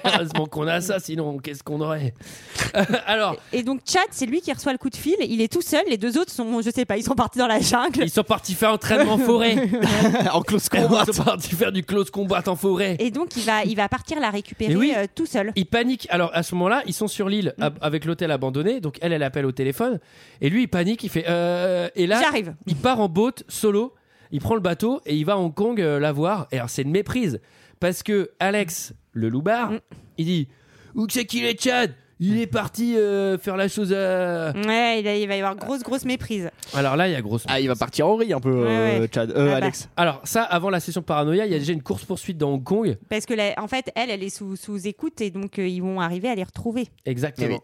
A: Heureusement qu'on a ça, sinon qu'est-ce qu'on aurait Alors,
F: Et donc Chad, c'est lui qui reçoit le coup de fil, il est tout seul, les deux autres sont je sais pas, ils sont partis dans la jungle.
A: ils sont partis faire entraînement en forêt.
G: en close combat.
A: Ils sont partis faire du close combat en forêt.
F: Et donc il va il va partir la récupérer
A: Et oui.
F: euh, tout seul.
A: Ils paniquent. Alors à ce moment-là, ils sont sur l'île. Ah ab- avec l'hôtel abandonné. Donc elle, elle appelle au téléphone. Et lui, il panique. Il fait. euh, et là,
F: J'arrive.
A: il part en boat solo. Il prend le bateau et il va à Hong Kong euh, la voir. Et alors, c'est une méprise. Parce que Alex, le loupard, il dit Où c'est qu'il est, Tchad Il est parti euh, faire la chose à.
F: Ouais, il, a- il va y avoir grosse, grosse méprise.
A: Alors là, il y a grosse.
G: Ah, il va partir en riz un peu, euh,
F: Ouais, ouais.
G: Chad. Euh,
F: Ah bah.
G: Alex.
A: Alors, ça, avant la session paranoïa, il y a déjà une course-poursuite dans Hong Kong.
F: Parce que, la- en fait, elle, elle est sous, sous écoute et donc euh, ils vont arriver à les retrouver.
A: Exactement.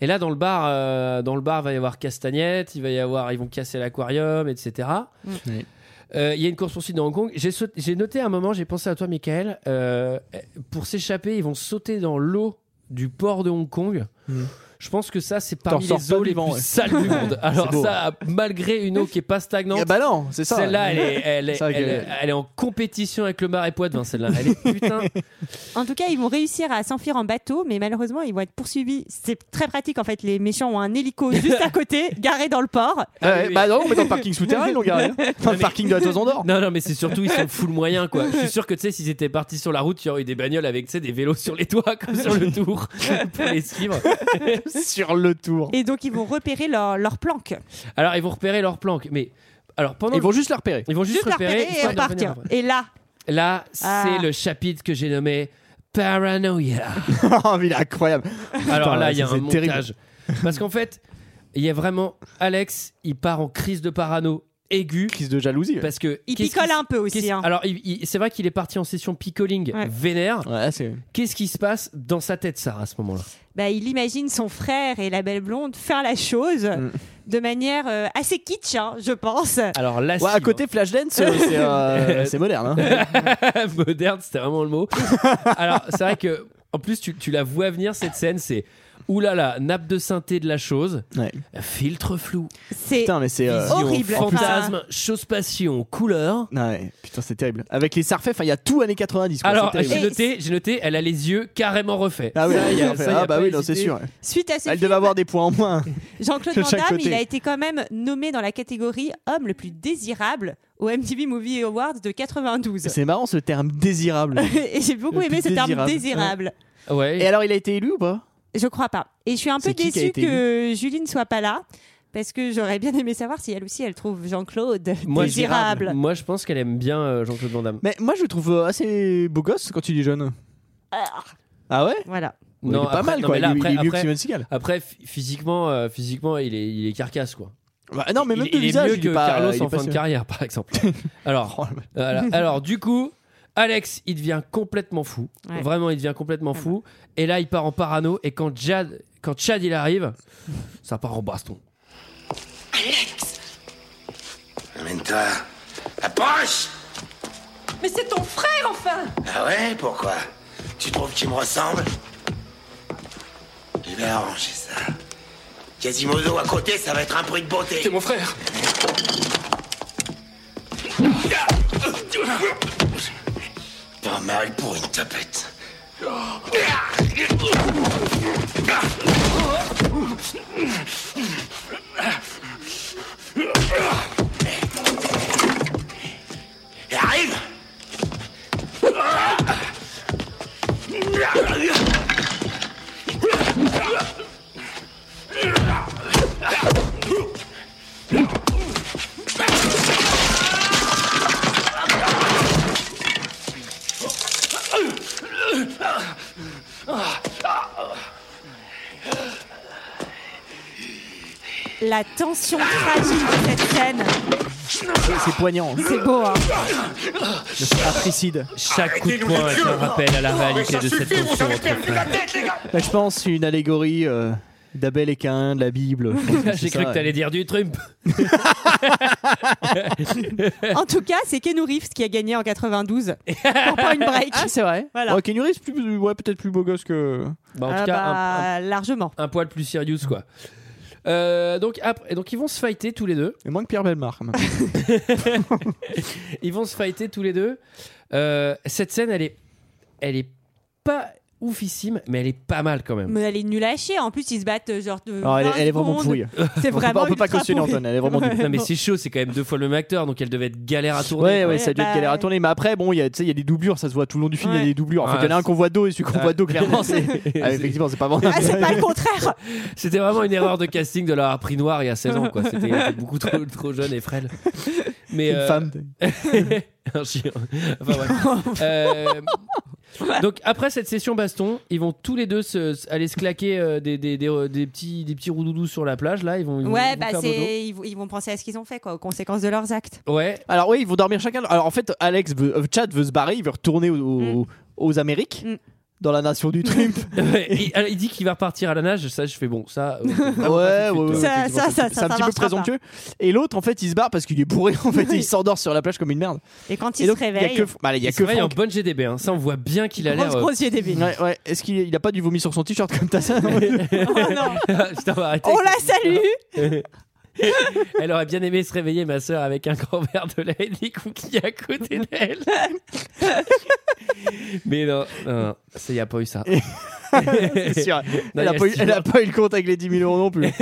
G: Eh
A: Et là, dans le bar, euh, dans le bar, va y avoir Castagnette, il va y avoir, ils vont casser l'aquarium, etc.
F: Mm.
G: Oui.
A: Euh, Il y a une course poursuite dans Hong Kong. J'ai saut- j'ai noté un moment, j'ai pensé à toi, Michael. euh, pour s'échapper, ils vont sauter dans l'eau du port de Hong Kong.
G: Mm.
A: Je pense que ça, c'est
G: T'en
A: parmi
G: ressors
A: les
G: pas
A: eaux les
G: vivant,
A: plus
G: ouais.
A: sales du monde. Alors
G: C'est beau.
A: ça, malgré une eau qui est pas stagnante,
G: Ah bah non, c'est ça.
A: celle-là, elle est, elle, est-
G: C'est vrai que-
A: elle est- elle est en compétition avec le marais poitevin. Celle-là, elle est putain.
F: En tout cas, ils vont réussir à s'enfuir en bateau, mais malheureusement, ils vont être poursuivis. C'est très pratique, en fait. Les méchants ont un hélico juste à côté, garé dans le port.
G: Ah ouais,
A: oui.
G: Bah non, mais dans le parking souterrain, ils l'ont garé. Dans le parking de la Toison d'Or.
A: Non, non, mais c'est surtout, ils sont full moyen, quoi. Je suis sûr que, tu sais, s'ils étaient partis sur la route, il y aurait eu des bagnoles avec, tu sais, des vélos sur les toits, comme sur le tour, pour les suivre.
G: Sur le tour.
F: Et donc, ils vont repérer leur, leur planque.
A: Alors, ils vont repérer leur planque, mais. Alors, pendant.
G: Ils vont juste la repérer.
A: ils vont juste,
F: Juste la
A: repérer,
F: repérer et
A: histoire de revenir
F: repartir.
A: après.
F: Et là,
A: Là, c'est
F: Ah.
A: le chapitre que j'ai nommé Paranoia.
G: oh, mais il est incroyable.
A: Alors
G: Putain,
A: là, il y a
G: ça,
A: un
G: c'est terrible.
A: montage. Parce qu'en fait, il y a vraiment. Alex, il part en crise de parano aiguë.
G: Crise de jalousie.
A: Parce que.
F: ils
A: qu'est-ce qui
F: picolent
A: s-
F: un peu aussi.
A: qu'est-ce-
F: hein.
A: Alors, il- il- c'est vrai qu'il est parti en session picoling
F: Ouais.
A: vénère.
G: Ouais, là, c'est.
A: Qu'est-ce qui se passe dans sa tête, Sarah, à ce moment-là
F: Bah, il imagine son frère et la belle blonde faire la chose
G: Mm.
F: de manière euh, assez kitsch, hein, je pense.
A: Alors là,
G: Ouais, à côté Flashdance, euh, c'est euh, c'est moderne. hein.
A: moderne, c'était vraiment le mot. Alors c'est vrai que en plus tu, tu la vois venir cette scène, c'est oulala nappe de synthé de la chose,
G: Ouais.
A: filtre flou,
F: C'est
G: Putain, mais c'est. euh,
A: vision,
F: horrible.
A: fantasme, chose passion, couleur.
G: Ah Ouais, putain, c'est terrible. Avec les sarfaits, enfin, il y a tout années 90. Quoi,
A: Alors
G: c'est terrible.
A: j'ai noté, j'ai noté, elle a les yeux carrément refaits.
G: Ah, oui,
A: Ça, il y a-
G: en
A: ça,
G: fait,
A: il y a
G: ah bah
A: pas
G: oui, non,
A: hésité.
G: c'est sûr.
F: suite à ce
G: Elle
F: film,
G: devait avoir des points en moins.
F: Jean-Claude
G: de
F: Van
G: chaque
F: Damme,
G: côté.
F: il a été quand même nommé dans la catégorie homme le plus désirable au MTV Movie Awards de 92.
G: C'est marrant ce terme désirable.
F: Et j'ai beaucoup
G: Le
F: aimé
G: plus
F: ce terme
G: Euh, désirable.
F: désirable.
A: Ouais.
G: Et alors, il a été élu ou pas
F: Je crois pas. Et je suis un
G: C'est
F: peu
G: qui qui a
F: déçue
G: été
F: que Julie ne soit pas là. Parce que j'aurais bien aimé savoir si elle aussi elle trouve Jean-Claude
A: Moi,
F: désirable.
A: Moi je pense qu'elle aime bien euh, Jean-Claude Van Damme.
G: Mais moi, je le trouve euh, assez beau gosse quand il est jeune.
F: Ah,
G: Ah ouais
F: voilà.
G: Il est pas
A: après-
G: mal,
A: non,
G: quoi.
A: mais là,
G: il, est-
A: après,
G: il est mieux que
A: après-
G: Steven Seagal.
A: après, ph- physiquement, euh, physiquement, il est, il est carcasse quoi.
G: Bah, non, mais
A: Il-
G: même
A: il,
G: le
A: est
G: visage,
A: mieux
G: il
A: que
G: est pas,
A: Carlos
G: il est
A: en
G: pas
A: fin de
G: sûr.
A: carrière, par exemple. Alors,
G: Oh, le mec.
A: voilà. alors du coup, Alex, il devient complètement fou.
F: Ouais.
A: Vraiment, il devient complètement fou. Et là, il part en parano. Et quand Chad, quand Chad il arrive, ça part en baston.
I: Alex
J: Amène-toi. Approche
I: Mais c'est ton frère, enfin
J: Ah ouais, pourquoi Tu trouves qu'il me ressemble Je vais arranger ça. Quasimodo à côté, ça va être un prix de beauté.
B: C'est mon frère.
J: Pas mal pour une tapette. Et Arrive
F: La tension fragile de cette scène,
G: C'est- C'est poignant.
F: c'est beau. hein.
G: Fratricide.
A: Chaque coup de poing est un rappel à la réalité de cette tension entre frères.
G: Là, Bah, je pense une allégorie euh, d'Abel et Caïn, de la Bible. Je pense que c'est
A: J'ai cru
G: ça,
A: que
G: ouais.
A: t'allais dire du Trump.
F: En tout cas, c'est Keanu Reeves qui a gagné en 92 pour Point Break.
G: Ah, c'est vrai.
F: Voilà.
G: Ouais, Keanu Reeves, plus, ouais, peut-être plus beau gosse que.
A: Bah, en
F: Ah
A: tout cas, un-
F: bah, largement.
A: un, un poil plus serious quoi. Euh, donc après, donc ils vont se fighter tous les deux.
G: Et moins que Pierre Belmar. quand même.
A: Ils vont se fighter tous les deux. Euh, cette scène, elle est, elle est pas oufissime, mais elle est pas mal quand même.
F: Mais elle est nulle à chier. En plus, ils se battent euh, genre.
G: Ah,
F: De
A: Non,
F: 20 secondes. C'est vraiment. ultra pourri.
A: Non, mais c'est chaud, c'est quand même deux fois le même acteur, donc elle devait être galère à tourner.
G: Ouais, ouais, ça a dû être galère à tourner. Mais après, bon, il y a tu sais, il y a des doublures, ça se voit tout le long du film, il y a
A: Ouais.
G: des doublures. En fait,
A: Ouais,
G: il y en a un
A: c'est-
G: qu'on voit dos et celui qu'on
A: Ouais.
G: voit dos, clairement, c'est. Ah,
A: C'est-
G: effectivement, c'est pas vrai.
F: contraire
A: C'était vraiment une erreur de casting de l'avoir pris noir il y a 16 ans, quoi. C'était elle était beaucoup trop, trop jeune et frêle. Mais, euh,
G: Une femme,
A: un chien. Enfin, bref. Euh, Donc après cette session baston, ils vont tous les deux se- se- aller se claquer euh, des, des, des- des petits des petits roudoudous sur la plage là. Ils vont ils vont- ils
F: Ouais,
A: vont
F: bah
A: faire dodo.
F: c'est ils, vont- ils vont penser à ce qu'ils ont fait quoi, aux conséquences de leurs actes.
A: Ouais.
G: Alors oui, ils vont dormir chacun. Alors en fait, Alex, veut, euh, Chad veut se barrer, il veut retourner au- au- aux Amériques, dans la nation du Trump.
A: Ouais, il, alors, il dit qu'il va repartir à la nage. Ça, je fais bon. Ça. euh,
G: Ah Ouais,
A: vraiment
G: ouais,
A: pas tout de
G: ouais,
A: suite,
G: effectivement,
A: euh.
G: c'est- c'est un petit peu présomptueux. Et l'autre, en fait, il se barre parce qu'il est bourré. En fait, et il s'endort sur la plage comme une merde.
F: Et quand
G: il Et donc, se il y a réveille- que- bah, il y a
A: Il se
G: que
A: réveille en
G: Franck.
A: bonne GDB. hein. Ça, on voit bien qu'il a l'air. euh,
G: Ouais, ouais. Est-ce qu'il il a pas du vomi sur son t-shirt comme t'as ça
A: Oh Putain, on va arrêter.
F: On la salue
A: Elle aurait bien aimé se réveiller, ma soeur, avec un grand verre de lait et des cookies à côté d'elle. Mais non, non, il n'y a pas eu ça.
G: C'est sûr.
A: Non,
G: elle, a
A: il y a
G: pas eu,
A: six
G: elle a
A: ans.
G: pas eu le compte avec les 10 000 euros non plus.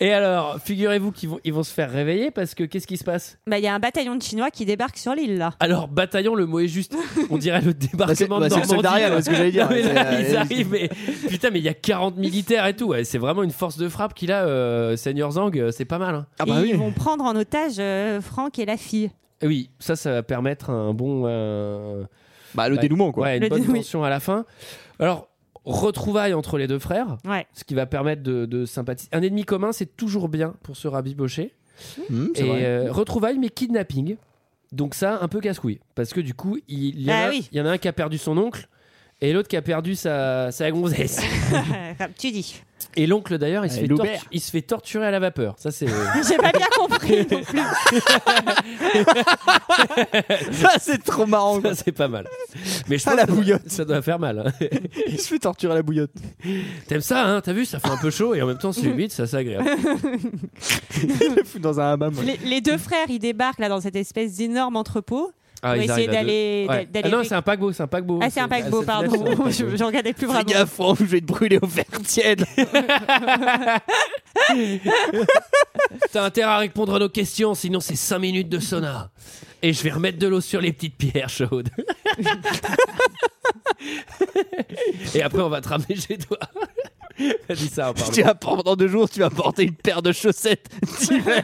A: Et alors, figurez-vous qu'ils vont, ils vont se faire réveiller parce que qu'est-ce qui se passe
F: Bah il y a un bataillon de Chinois qui débarque sur l'île là.
A: alors, bataillon, le mot est juste. On dirait le débarquement
G: bah,
A: de
G: c'est le
A: Normandie.
G: soldat, ouais, c'est ce que j'allais dire.
A: Non, mais là,
G: C'est, euh,
A: ils arrivent et- Putain, mais il y a 40 militaires et tout. Ouais, c'est vraiment une force de frappe qu'il a, euh, Seigneur Zhang. euh, C'est pas mal. hein.
F: et ils vont prendre en otage euh, Franck et la fille.
A: Et Eh Oui, ça, ça va permettre un bon. euh,
G: Bah, le
A: ouais,
G: dénouement, quoi.
A: ouais, une
G: Le
A: bonne
G: dénouement.
A: tension à la fin. Alors, retrouvailles entre les deux frères,
F: Ouais.
A: ce qui va permettre de, de sympathiser. Un ennemi commun, c'est toujours bien pour se rabibocher.
G: Mmh, c'est
A: Et
G: vrai.
A: euh, retrouvailles, mais kidnapping. Donc, ça, un peu casse-couille. Parce que du coup, il y, en a,
F: Ah oui.
A: il y en a un qui a perdu son oncle et l'autre qui a perdu sa, sa gonzesse.
F: Comme tu dis.
A: Et l'oncle d'ailleurs, il, se
G: Euh,
A: fait
G: Loubert.
A: tortu- il se fait torturer à la vapeur. Ça, c'est.
F: J'ai pas bien compris non plus.
G: ça, c'est trop marrant.
A: Ça, c'est pas mal. Mais je
G: Ah,
A: pense
G: la
A: que ça doit-
G: bouillotte.
A: Ça doit faire mal. hein.
G: il se fait torturer à la bouillotte.
A: T'aimes ça, hein T'as vu, ça fait un peu chaud et en même temps, c'est humide, ça, c'est agréable.
G: Il le fout dans un hammam. ouais.
F: les, les deux frères ils débarquent là dans cette espèce d'énorme entrepôt.
A: Ah,
F: Pour
A: ils
F: essayer
A: arrivent à deux.
F: d'aller-
A: Ouais.
F: d'aller-
A: Ah non, c'est un paquebot, c'est un paquebot.
F: Ah c'est un paquebot
A: ah, c'est- c'est un
F: pardon.
A: paquebot.
F: je, je regardais plus
G: Fais
F: vraiment.
G: gaffe, Franck, je vais te brûler au fer tiède.
A: T'as intérêt à répondre à nos questions, sinon c'est 5 minutes de sauna. Et je vais remettre de l'eau sur les petites pierres chaudes. Et après, on va te ramener chez toi. Vas-y, ça, pardon.
G: Tu vas prendre- pendant deux jours, tu vas porter une paire de chaussettes d'hiver.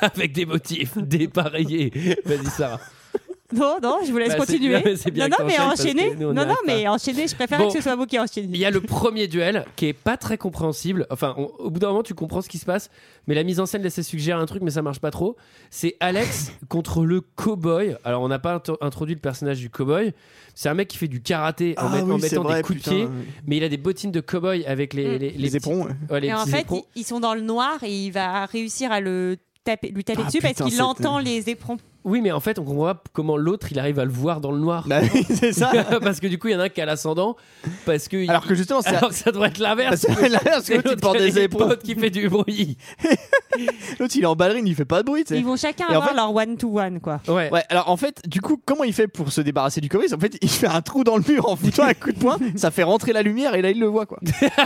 A: Avec des motifs dépareillés. Vas-y, Sarah.
F: Non non je vous laisse
A: Bah, c'est-
F: continuer.
A: non, mais c'est bien
F: non non
A: qu'on
F: mais
A: enchaîne parce que
F: enchaînez.
A: nous, on n'y
F: non non
A: arrive
F: mais
A: pas.
F: enchaînez. Je préfère
A: Bon.
F: que ce soit vous qui enchaînez.
A: Il y a le premier duel qui est pas très compréhensible. Enfin, on- au bout d'un moment, tu comprends ce qui se passe, mais la mise en scène laisse suggérer un truc, mais ça marche pas trop. C'est Alex contre le cowboy. Alors, on n'a pas int- introduit le personnage du cowboy. C'est un mec qui fait du karaté en,
G: Ah
A: met- en
G: oui, c'est
A: mettant
G: vrai,
A: des coups de
G: putain.
A: pied, mais il a des bottines de cowboy avec les,
F: Mm.
A: les, les
G: Les
A: petits-
G: éperons, ouais.
A: ouais, les
F: et en
A: petits
F: fait,
A: éperons.
F: ils ils sont dans le noir et il va réussir à le taper, lui taper
G: Ah,
F: dessus
G: putain,
F: parce qu'il
G: cette-
F: entend les éperons.
A: Oui, mais en fait, on comprend pas comment l'autre il arrive à le voir dans le noir.
G: Bah oui, c'est ça.
A: parce que du coup, il y en a un qui a l'ascendant. Parce que
G: Alors que justement, c'est
A: Alors que ça devrait être l'inverse.
G: Bah, c'est l'inverse, que
A: C'est
G: tu
A: l'autre
G: portes
A: qui a
G: des
A: les
G: éperons.
A: potes qui fait du bruit.
G: l'autre, il est en ballerine, il fait pas de bruit. tu sais.
F: Ils vont chacun
G: Et en
F: avoir
G: fait-
F: leur one to one quoi.
A: Ouais.
G: Ouais, alors en fait, du coup, comment il fait pour se débarrasser du cowboy En fait, il fait un trou dans le mur en foutant un coup de poing, ça fait rentrer la lumière et là, il le voit quoi.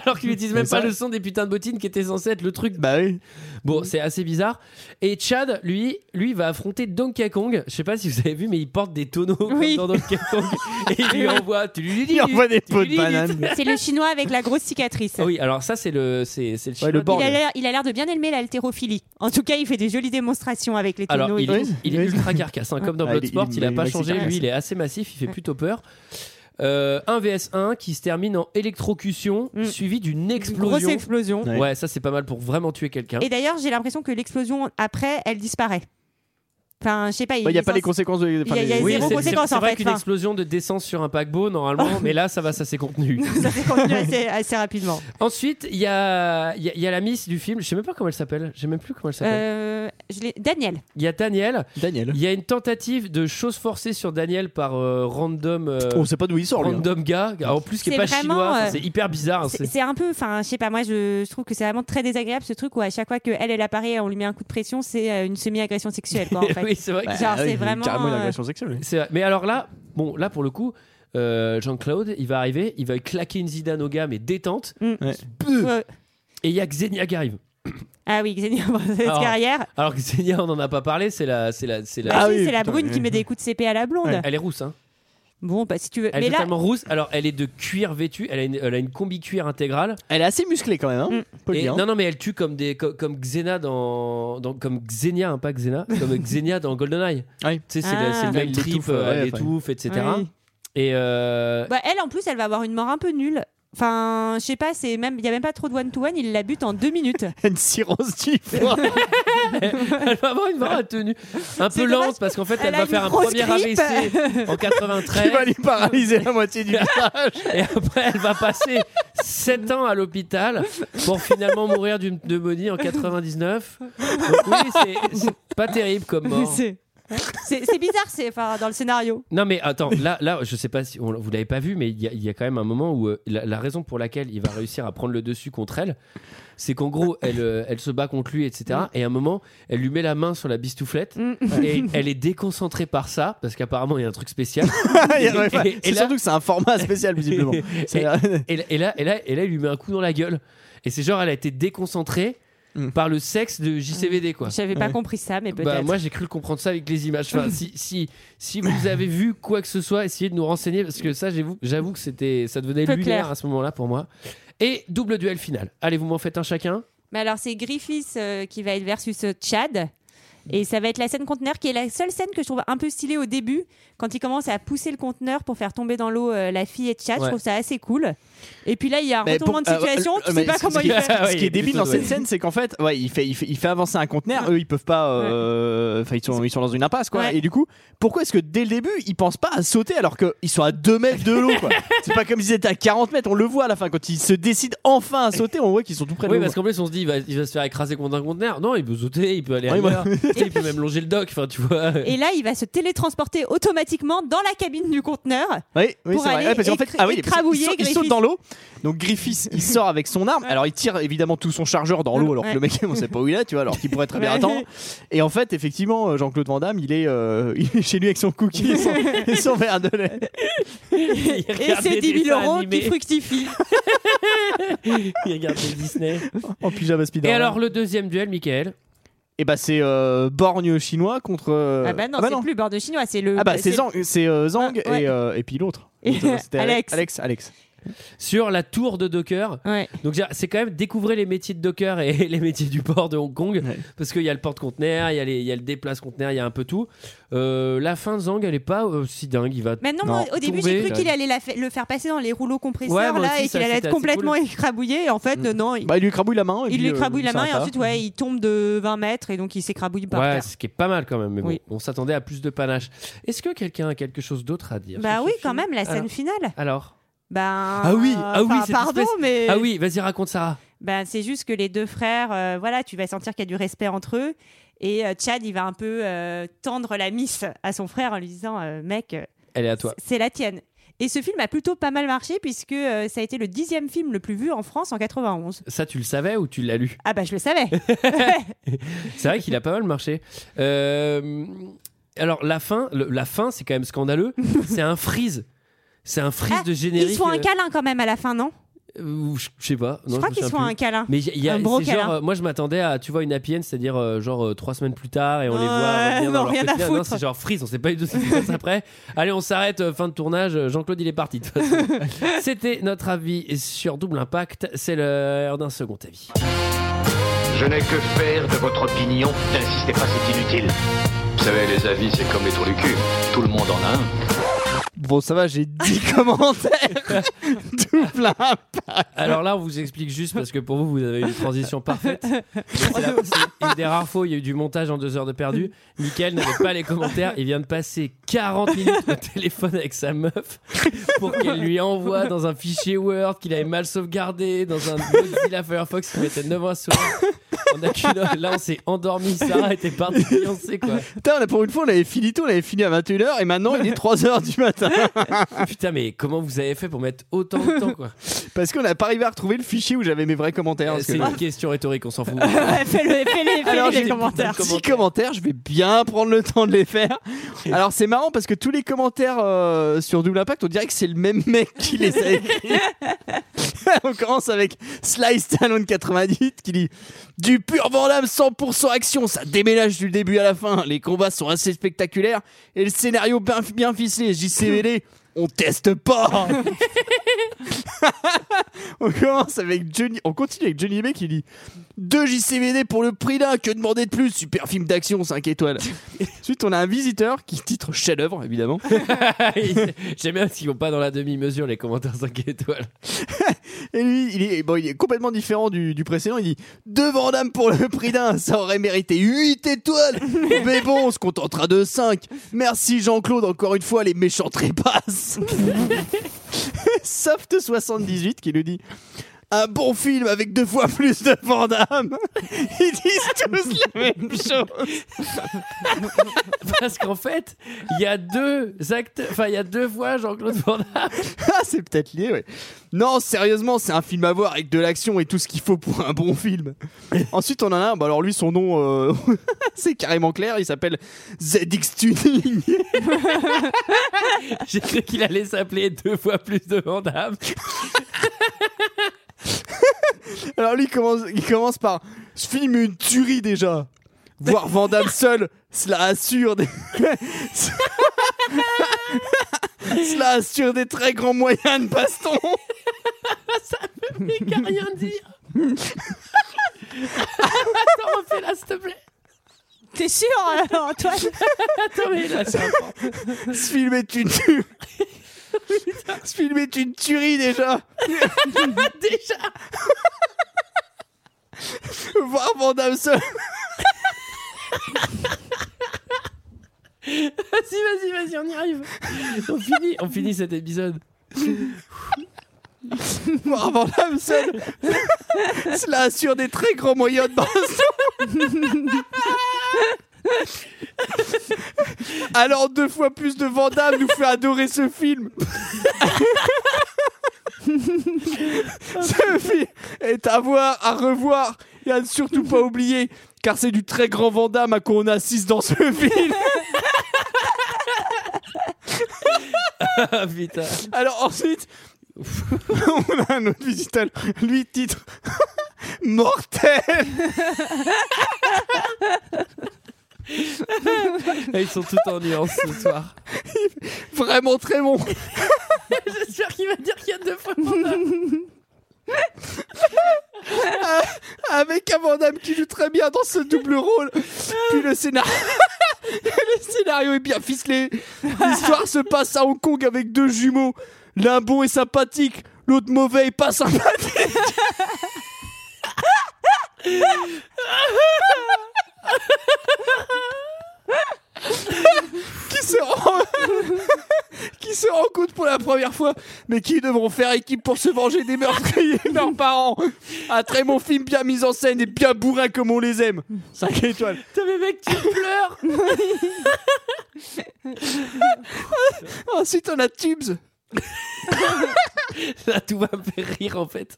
A: Alors qu'ils utilisent même
G: Mais ça-
A: pas le son des putains de bottines qui était censé être le truc.
G: Bah oui.
A: Bon, c'est assez bizarre. Et Chad, lui, lui va affronter Donkey Kong. Je sais pas si vous avez vu, mais il porte des tonneaux comme
F: Oui.
A: dans Donkey Kong. Et il lui envoie. Tu lui Ah
G: Il envoie des pots de banane.
F: C'est le chinois avec la grosse cicatrice.
A: oui, alors ça, c'est le, c'est, c'est le chinois.
G: le
F: Il
G: borgne.
F: a l'air- il a l'air de bien aimer l'haltérophilie. En tout cas, il fait des jolies démonstrations avec les
A: Alors,
F: tonneaux. et
A: il, est-
F: tout.
A: il est ultra carcasse, hein, comme dans
G: Ah, il est-
A: Bloodsport,
G: il-
A: il, a
G: il est
A: pas
G: maxi
A: changé.
G: carcasse.
A: Lui, il est assez massif, il fait plutôt peur. Euh, 1 vs 1 qui se termine en électrocution,
F: Mm.
A: suivi d'une
F: Une
A: explosion.
F: grosse explosion.
G: Ouais.
A: Ouais, ça c'est pas mal pour vraiment tuer quelqu'un.
F: Et d'ailleurs, j'ai l'impression que l'explosion après, elle disparaît. Enfin, je sais pas.
G: Bah, Il n'y a
F: ils
G: pas
F: en-
G: les conséquences de. enfin,
F: Il y a- il y a
G: les-
A: Oui,
F: zéro
A: c'est- c'est
F: conséquence,
A: c'est
F: en
A: vrai
F: fait,
A: qu'une
F: enfin.
A: explosion de descend sur un paquebot normalement, mais là ça va, ça s'est contenu.
F: Ça s'est contenu assez, assez rapidement.
A: Ensuite, il y a, il y, a- il y a la miss du film, je sais même pas comment elle s'appelle, je sais même plus comment elle s'appelle.
F: Euh, je l'ai- Daniel.
A: Il y a Daniel.
G: Daniel.
A: Il y a une tentative de chose forcée sur Daniel par euh, random. euh,
G: On sait pas d'où il sort, lui, hein.
A: Random gars. En plus, qui est,
F: C'est
A: pas
F: vraiment,
A: chinois. Enfin,
F: euh,
A: c'est hyper bizarre. hein,
F: C'est-
A: c'est-
F: C'est un peu, enfin, je sais pas, moi je, je trouve que c'est vraiment très désagréable ce truc où à chaque fois qu'elle, elle apparaît, on lui met un coup de pression, c'est euh, une semi-agression sexuelle. Quoi, en fait.
A: ah Oui, c'est vrai. que-
F: Genre, c'est vraiment. euh,
A: C'est vrai. Mais alors là, bon, là pour le coup, euh, Jean-Claude, il va arriver, il va claquer une Zidane au gars, mais détente. Peu.
F: Mm. Ouais.
A: Et il y a Xenia qui arrive.
F: Ah oui, Xenia Brzezinski
A: Alors-
F: arrière.
A: Alors Xenia, on n'en a pas parlé, c'est la, c'est la, c'est la.
F: Ah oui, c'est la brune qui met des coups de CP à la blonde.
A: Elle est rousse, hein.
F: Bon, bah si tu veux.
A: Elle
F: mais
A: est
F: là,
A: totalement rousse. Alors, elle est de cuir vêtue. Elle a une, elle a une combi cuir intégrale.
G: Elle est assez musclée quand même. Hein Faut le
A: Et-
G: dire, hein.
A: Non, non, mais elle tue comme des, co- comme, Xena dans, dans- comme Xenia, hein, pas Xena, comme Xenia dans Goldeneye.
G: Oui.
A: Tu sais, c'est le-
F: Ah.
A: c'est le
G: Elle
A: même
G: l'étouffe,
A: trip, euh, elle
G: ouais, enfin.
A: étouffe, etc.
F: Oui.
A: Et euh,
F: bah, elle en plus, elle va avoir une mort un peu nulle. Enfin, je sais pas, c'est même, il y a même pas trop de one to one, il la bute en deux minutes.
G: Une cirrhose du foie.
A: elle va avoir une vraie tenue un
F: C'est
A: peu
F: dommage.
A: lente parce qu'en fait, elle,
F: Elle a
A: va
F: une
A: faire un
F: grosse
A: premier
F: grippe.
A: AVC en
G: qui va
A: 93
G: lui paralyser la moitié du visage.
A: et après, elle va passer 7 ans à l'hôpital pour finalement mourir d'une pneumonie en 99. Donc, oui, c'est- c'est pas terrible comme mort.
F: C'est c'est- c'est bizarre, c'est enfin, dans le scénario.
A: Non mais attends, là, là, je sais pas si on- vous l'avez pas vu, mais il y, a- il y a quand même un moment où euh, la, la raison pour laquelle il va réussir à prendre le dessus contre elle, c'est qu'en gros, elle, euh, elle se bat contre lui, etc. Et à un moment, elle lui met la main sur la bistouflette
F: Mm.
A: et elle est déconcentrée par ça parce qu'apparemment il y a un truc spécial.
G: Il y a- ouais,
A: Et- et
G: c'est
A: là-
G: surtout que c'est un format spécial, visiblement. C'est-
A: Et, là- et là, et là, et là, il lui met un coup dans la gueule. Et c'est genre, elle a été déconcentrée
G: Mm.
A: par le sexe de JCVD quoi.
F: J'avais pas compris ça, mais peut-être.
A: Bah, moi j'ai cru le comprendre ça avec les images. Enfin, si, si, si vous avez vu quoi que ce soit, essayez de nous renseigner parce que ça j'avoue, j'avoue que c'était, ça devenait
F: Peu
A: lunaire
F: clair.
A: à ce moment-là pour moi. Et double duel final. Allez, vous m'en faites un chacun.
F: Mais alors, c'est Griffiths euh, qui va être versus euh, Chad. Et ça va être la scène conteneur qui est la seule scène que je trouve un peu stylée au début, quand il commence à pousser le conteneur pour faire tomber dans l'eau euh, la fille et Chad.
A: Ouais.
F: Je trouve ça assez cool. Et puis là, il y a un
G: Mais
F: retournement
G: pour-
F: de situation,
G: euh,
F: tu
G: mais
F: sais pas
G: ce-
F: comment
G: ce qui-
F: il fait.
A: Ah ouais,
G: Ce
A: il
G: qui
A: est
G: est débile
A: plutôt
G: dans cette
A: doué.
G: scène, c'est qu'en fait, ouais, il fait, il fait, il fait avancer un conteneur. Eux, ils peuvent pas. euh, Enfin, ils sont, ils sont dans une impasse, quoi.
F: Ouais.
G: Et du coup, pourquoi est-ce que dès le début, ils pensent pas à sauter alors qu'ils sont à 2 mètres de l'eau, quoi C'est pas comme s'ils étaient à 40 mètres. On le voit à la fin quand ils se décident enfin à sauter. On voit qu'ils sont tout près de
A: Oui,
G: l'eau.
A: parce qu'en plus on se dit il va, il va se faire écraser contre un conteneur. Non, il peut sauter, il peut aller
G: Oui,
A: ailleurs, Tu sais, il peut même longer le dock. Enfin, tu vois.
F: Et là, il va se télétransporter automatiquement dans la cabine du conteneur.
G: Oui, oui
F: pour
G: c'est vrai.
F: aller
G: Ouais, parce qu'en fait,
F: écra-
G: ah oui, parce qu'il
F: écrabouiller
G: saute- il saute,
F: Griffith.
G: dans l'eau. Donc Griffith, il sort avec son arme. Alors il tire évidemment tout son chargeur dans l'eau, alors que
F: Ouais.
G: le mec, on sait pas où il est, tu vois, alors qu'il pourrait très bien
F: Ouais.
G: attendre. Et en fait, effectivement, euh, Jean-Claude Van Damme, il est, euh, il est chez lui avec son cookie et son, et son verre de lait.
F: Et c'est 10 000 euros qui
A: fruit
F: fructifient.
A: Il regarde les Disney.
G: En pyjama spider
A: Et alors le deuxième duel, Michael.
G: Et bah c'est euh, Borgne chinois contre. euh,
F: Ah bah non, c'est plus Bordeaux chinois, c'est le.
G: Ah bah c'est
F: c'est-
G: Zang, c'est, euh, Zang
F: Ah, ouais.
G: et, euh, et puis l'autre.
F: Et
G: C'était
F: Alex.
G: Alex, Alex.
A: Sur la tour de Docker.
F: Ouais.
A: Donc j'ai- c'est quand même découvrir les métiers de docker et les métiers du port de Hong Kong
G: Ouais.
A: parce qu'il y a le porte-conteneur, il y a les- il y a le déplace-conteneur, il y a un peu tout. Euh, la fin de Zang, elle est pas euh, si dingue, il va
F: Maintenant,
G: Non,
F: moi, au début,
A: tomber.
F: j'ai cru qu'il allait la fa- le faire passer dans les rouleaux compresseurs
A: Ouais, moi
F: là,
A: aussi,
F: et
A: ça,
F: qu'il allait
A: c'était assez
F: être complètement écrabouillé. Et en fait, euh, non, il,
G: Bah il lui crabouille la main. et
F: il
G: puis,
F: lui
G: euh,
F: écrabouille la
G: ça
F: main
G: va
F: et
G: pas.
F: ensuite, ouais, il tombe de 20 mètres et donc il s'écrabouille par
A: Ouais,
F: terre.
A: ce qui est pas mal quand même, mais bon,
F: Oui.
A: on s'attendait à plus de panache. Est-ce que quelqu'un a quelque chose d'autre à dire
F: Bah
A: sur ce
F: oui,
A: film
F: quand même, la scène
A: Alors-
F: finale.
A: Alors
F: Ben,
A: Ah oui, ah oui,
F: enfin,
A: cette
F: pardon,
A: espèce-
F: mais
A: Ah oui, vas-y, raconte Sarah.
F: ben, c'est juste que les deux frères, euh, voilà, tu vas sentir qu'il y a du respect entre eux. Et euh, Chad, il va un peu euh, tendre la miss à son frère en lui disant, euh, mec, euh,
A: Elle est à toi.
F: c'est la tienne. Et ce film a plutôt pas mal marché puisque euh, ça a été le dixième film le plus vu en France en 91.
A: Ça, tu le savais ou tu l'as lu
F: Ah bah je le savais.
A: C'est vrai qu'il a pas mal marché. Euh, alors, la fin, le- la fin c'est quand même scandaleux. c'est un freeze. C'est un freeze
F: Ah,
A: de générique.
F: Ils se font un
A: euh,
F: câlin quand même à la fin, non
A: euh, je je sais pas. Non,
F: Je crois
A: me
F: qu'ils se
A: souviens
F: font
A: plus.
F: un câlin.
A: Mais il y a- il y a,
F: Un gros
A: c'est genre,
F: câlin.
A: euh, moi je m'attendais à, tu vois, une happy end, c'est-à-dire euh, genre euh, trois semaines plus tard et on les
F: Ouais,
A: voit. revenir dans
F: non,
A: leur
F: rien à
A: quotidien. Non,
F: foutre.
A: c'est genre freeze, on sait pas du tout ce qui se passe après. Allez, on s'arrête, euh, fin de tournage, euh, Jean-Claude il est parti. de toute façon. C'était notre avis sur Double Impact, c'est l'heure d'un second avis.
H: Je n'ai que faire de votre opinion. N'insistez pas, c'est inutile.
B: Vous savez, les avis, c'est comme les trous du cul. Tout le monde en a un.
G: Bon ça va, j'ai 10 commentaires. Tout plein.
A: Alors là, on vous explique juste parce que pour vous, vous avez eu une transition parfaite. Mais C'est la- c'est une des rares fois où il y a eu du montage en deux heures de perdu. Michael n'avait pas les commentaires. Il vient de passer 40 minutes au téléphone avec sa meuf pour qu'elle lui envoie dans un fichier Word qu'il avait mal sauvegardé, dans un Mozilla Firefox qui mettait 9 ans à s'ouvrir. On a qu'une- Là, on s'est endormi. Sarah était partie fiancée, quoi.
G: Putain, là, pour une fois, on avait fini tout, on avait fini à 21h et maintenant il est 3h du matin. Ah.
A: Putain, mais comment vous avez fait pour mettre autant de temps, quoi
G: Parce qu'on n'a pas arrivé à retrouver le fichier où j'avais mes vrais commentaires. parce
A: Eh, C'est
G: que-
A: une question rhétorique, on s'en fout.
F: fais-le, fais-les,
G: Alors,
F: fais-les,
G: j'ai
F: les commentaires.
G: Six commentaires, je vais bien prendre le temps de les faire. Alors c'est marrant parce que tous les commentaires euh, sur Double Impact, on dirait que c'est le même mec qui les a écrits. on commence avec Slice Talon 98 qui dit du pur Vandame 100% action, ça déménage du début à la fin. Les combats sont assez spectaculaires et le scénario bien, bien ficelé. JCVD, on teste pas. On commence avec Johnny. On continue avec Johnny May qui dit 2 JCVD pour le prix d'un, que demander de plus Super film d'action, 5 étoiles. Ensuite, on a un visiteur qui titre chef-d'œuvre, évidemment.
A: J'aime bien qu'ils vont pas dans la demi-mesure, les commentaires 5 étoiles.
G: Et lui, il est, bon, il est complètement différent du, du précédent. Il dit 2 Vandamme pour le prix d'un, ça aurait mérité 8 étoiles. Mais bon, on se contentera de 5. Merci Jean-Claude, encore une fois, les méchants trépassent. Soft78 qui nous dit un bon film avec deux fois plus de Vandamme. Ils disent tous la même chose.
A: Parce qu'en fait, il y a deux acteurs, enfin, il y a deux fois Jean-Claude Van Damme.
G: Ah, c'est peut-être lié, ouais. Non, sérieusement, c'est un film à voir avec de l'action et tout ce qu'il faut pour un bon film. Ensuite, on en a un. Bah, alors, lui, son nom, euh, c'est carrément clair. Il s'appelle ZX Tuning.
A: J'ai cru qu'il allait s'appeler deux fois plus de Van Damme.
G: Alors, lui, il commence, il commence par Ce film est une tuerie déjà. Voir Van Damme seul, cela assure des. cela assure des très grands moyens de baston.
A: Mais qu'à rien dire. Attends, refais là, s'il te plaît.
F: T'es sûr, euh, Antoine
A: Attends, mais là, c'est important.
G: Ce film est une tuerie. Ce film est une tuerie déjà.
A: Déjà.
G: Voir Van Damme seul.
A: Vas-y, vas-y, vas-y, on y arrive. On finit, on finit cet épisode.
G: Voir Van Damme seul, cela assure des très grands moyens de baston. Alors deux fois plus de Van Damme nous fait adorer ce film. ce film est à voir, à revoir et à ne surtout pas oublier, car c'est du très grand Van Damme à quoi on assiste dans ce film.
A: Ah putain.
G: Alors ensuite, on a un autre visiteur. Lui, titre Mortel
A: Ah, Ils sont tous en nuance ce soir.
G: Vraiment très bon.
A: J'espère qu'il va dire qu'il y a deux fois Van Damme.
G: Avec un Van Damme qui joue très bien dans ce double rôle. Puis le scénario. le scénario est bien ficelé. L'histoire se passe à Hong Kong avec deux jumeaux. L'un bon et sympathique, l'autre mauvais et pas sympathique. qui se rend qui se rencontrent pour la première fois, mais qui devront faire équipe pour se venger des meurtriers de leurs parents. Un très bon film bien mis en scène et bien bourrin comme on les aime. 5 étoiles.
A: Putain, mais mec, tu pleures.
G: Ensuite, on a Tubes.
A: Là, tout va me faire rire en fait.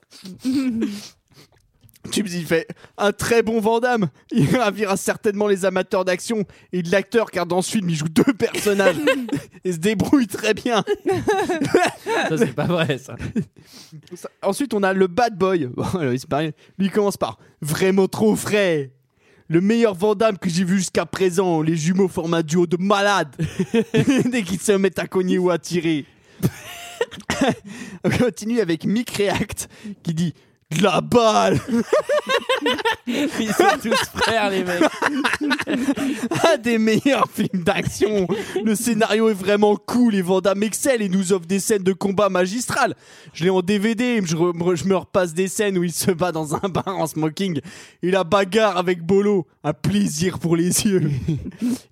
G: Tubes, il fait un très bon Vandame. Il ravira certainement les amateurs d'action et de l'acteur, car dans ce film, il joue deux personnages et se débrouille très bien.
A: Ça, c'est pas vrai, ça.
G: Ça- Ensuite, on a le bad boy. Bon, alors, il se marie. Lui il commence par vraiment trop frais. Le meilleur Vandame que j'ai vu jusqu'à présent. Les jumeaux forment un duo de malades dès qu'ils se mettent à cogner ou à tirer. on continue avec Mick React qui dit de la balle.
A: Ils sont tous frères, les mecs.
G: Un des meilleurs films d'action. Le scénario est vraiment cool et Vandame excelle et nous offre des scènes de combat magistrales. Je l'ai en DVD, je, re- je me repasse des scènes où il se bat dans un bar en smoking et la bagarre avec Bolo. Un plaisir pour les yeux.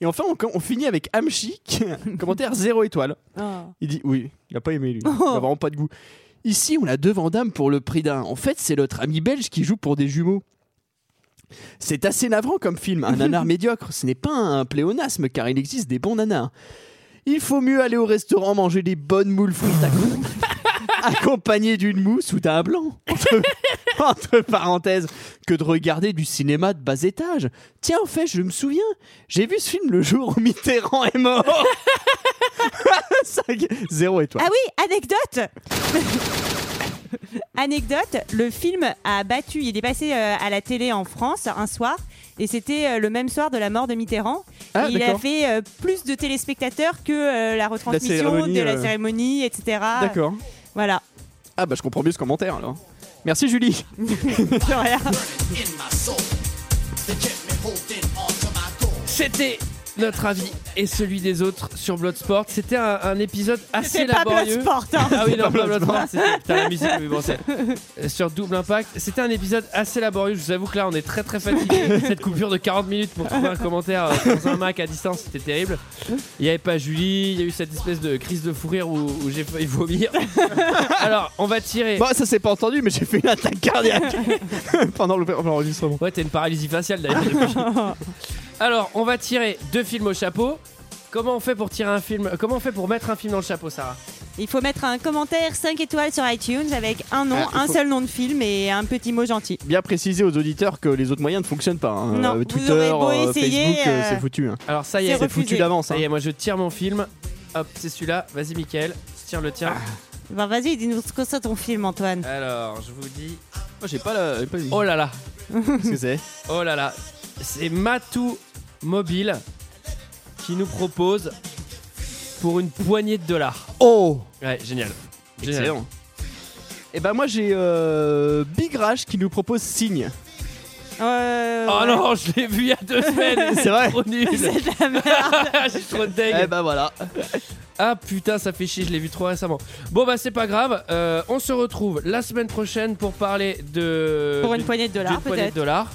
G: et enfin, on, on finit avec Amchi, qui a un commentaire 0 étoile. Il dit oui, il a pas aimé lui, il a vraiment pas de goût. Ici, on a deux Vandamme pour le prix d'un. En fait, c'est notre ami belge qui joue pour des jumeaux. C'est assez navrant comme film. Un nanar médiocre, ce n'est pas un pléonasme car il existe des bons nanars. Il faut mieux aller au restaurant manger des bonnes moules frites accom- accompagnées d'une mousse ou d'un blanc. Entre, entre parenthèses, que de regarder du cinéma de bas étage. Tiens, en fait, je me souviens, j'ai vu ce film le jour où Mitterrand est mort. Cinq- Zéro étoile.
F: Ah oui, anecdote Anecdote, le film a battu, il est passé euh, à la télé en France un soir, et c'était euh, le même soir de la mort de Mitterrand.
G: Ah,
F: Et il
G: d'accord.
F: avait euh, plus de téléspectateurs que euh, la retransmission
G: cérémonie,
F: de la
G: euh.
F: cérémonie, etc.
G: D'accord.
F: Voilà.
G: Ah bah je comprends mieux ce commentaire alors. Merci Julie.
A: C'était notre avis et celui des autres sur Bloodsport. C'était un, un épisode assez
F: C'était pas
A: laborieux.
F: Bloodsport, hein.
A: Ah oui, non,
F: C'était pas
A: pas Bloodsport.
F: Bloodsport.
A: C'était putain, la musique, oui, bon, c'est- euh, sur Double Impact. C'était un épisode assez laborieux. Je vous avoue que là, on est très très fatigué. Cette coupure de 40 minutes pour trouver un commentaire euh, dans un Mac à distance, c'était terrible. Il n'y avait pas Julie. Il y a eu cette espèce de crise de fou rire où, où j'ai failli vomir. Alors, on va tirer.
G: Bon, ça s'est pas entendu, mais j'ai fait une attaque cardiaque pendant le- l'enregistrement.
A: Ouais, t'es une paralysie faciale d'ailleurs. depuis. Alors, on va tirer deux films au chapeau. Comment on fait pour tirer un film Comment on fait pour mettre un film dans le chapeau, Sarah
F: Il faut mettre un commentaire 5 étoiles sur iTunes avec un nom,
G: Ah, il
F: un
G: faut-
F: seul nom de film et un petit mot gentil.
G: Bien préciser aux auditeurs que les autres moyens ne fonctionnent pas. hein.
F: Non,
G: Euh,
F: vous
G: Twitter,
F: aurez beau
G: euh,
F: essayer,
G: Facebook, euh,
F: euh,
G: c'est foutu. hein.
A: Alors ça y
F: C'est
A: est,
G: C'est
F: refusé.
G: foutu d'avance.
A: ça
G: hein.
A: y est, moi je tire mon film. Hop, c'est celui-là. Vas-y, Michael, tire le tien.
F: Bah, Vas-y, dis-nous ce que c'est ton film, Antoine.
G: Ah.
A: Alors, je vous dis.
G: Moi j'ai pas la. j'ai pas dit
A: Oh là là,
G: ce que c'est.
A: oh là là, c'est Matou Mobile qui nous propose pour une poignée de dollars.
G: Oh
A: Ouais, génial. Génial.
G: Excellent. Et ben moi j'ai euh, Big Rage qui nous propose Signe.
F: Euh,
A: Oh
F: ouais.
A: non, je l'ai vu il y a deux semaines.
G: C'est vrai.
A: Trop nul.
F: C'est de la merde.
A: J'ai trop de deg.
G: Eh ben voilà.
A: Ah putain, ça fait chier, je l'ai vu trop récemment. Bon bah c'est pas grave, euh, on se retrouve la semaine prochaine pour parler de...
F: Pour une
A: d'une-
F: poignée de dollars,
A: d'une poignée de
F: peut-être.
A: dollars.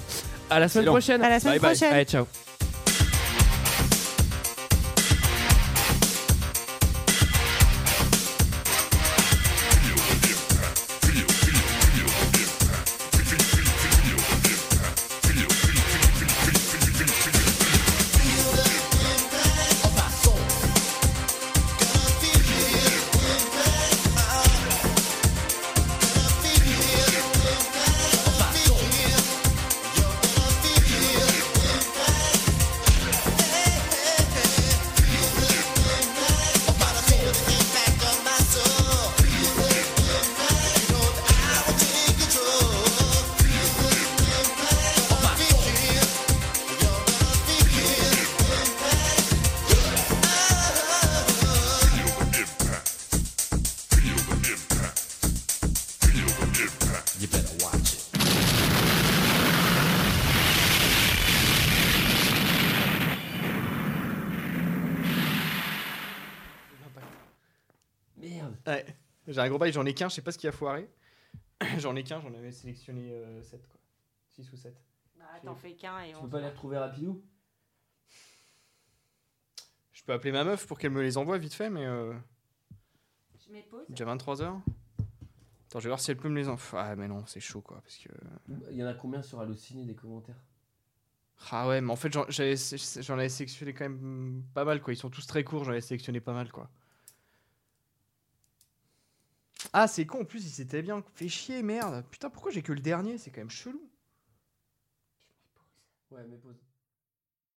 A: À la semaine
G: Excellent.
A: prochaine.
F: À la semaine
G: Bye bye.
F: prochaine.
A: Allez, ciao. Merde.
G: Ouais. J'ai un gros bail, j'en ai qu'un, je sais pas ce qui a foiré. J'en ai qu'un, j'en avais sélectionné 7 quoi. 6 ou 7.
F: T'en fais qu'un et
A: Tu peux pas les retrouver rapidou
G: Je peux appeler ma meuf pour qu'elle me les envoie vite fait, mais euh,
F: Je mets pause.
G: déjà 23h. Attends, je vais voir si elle peut me les envoyer. Ah, mais non, c'est chaud quoi. Parce que...
A: Il y en a combien sur Allociné des commentaires
G: Ah ouais, mais en fait, j'en j'avais sé- j'en avais sélectionné quand même pas mal quoi. Ils sont tous très courts, j'en avais sélectionné pas mal quoi. Ah, c'est con, en plus, ils étaient bien. Fait chier, merde. Putain, pourquoi j'ai que le dernier C'est quand même chelou.
A: Ouais, mais pause.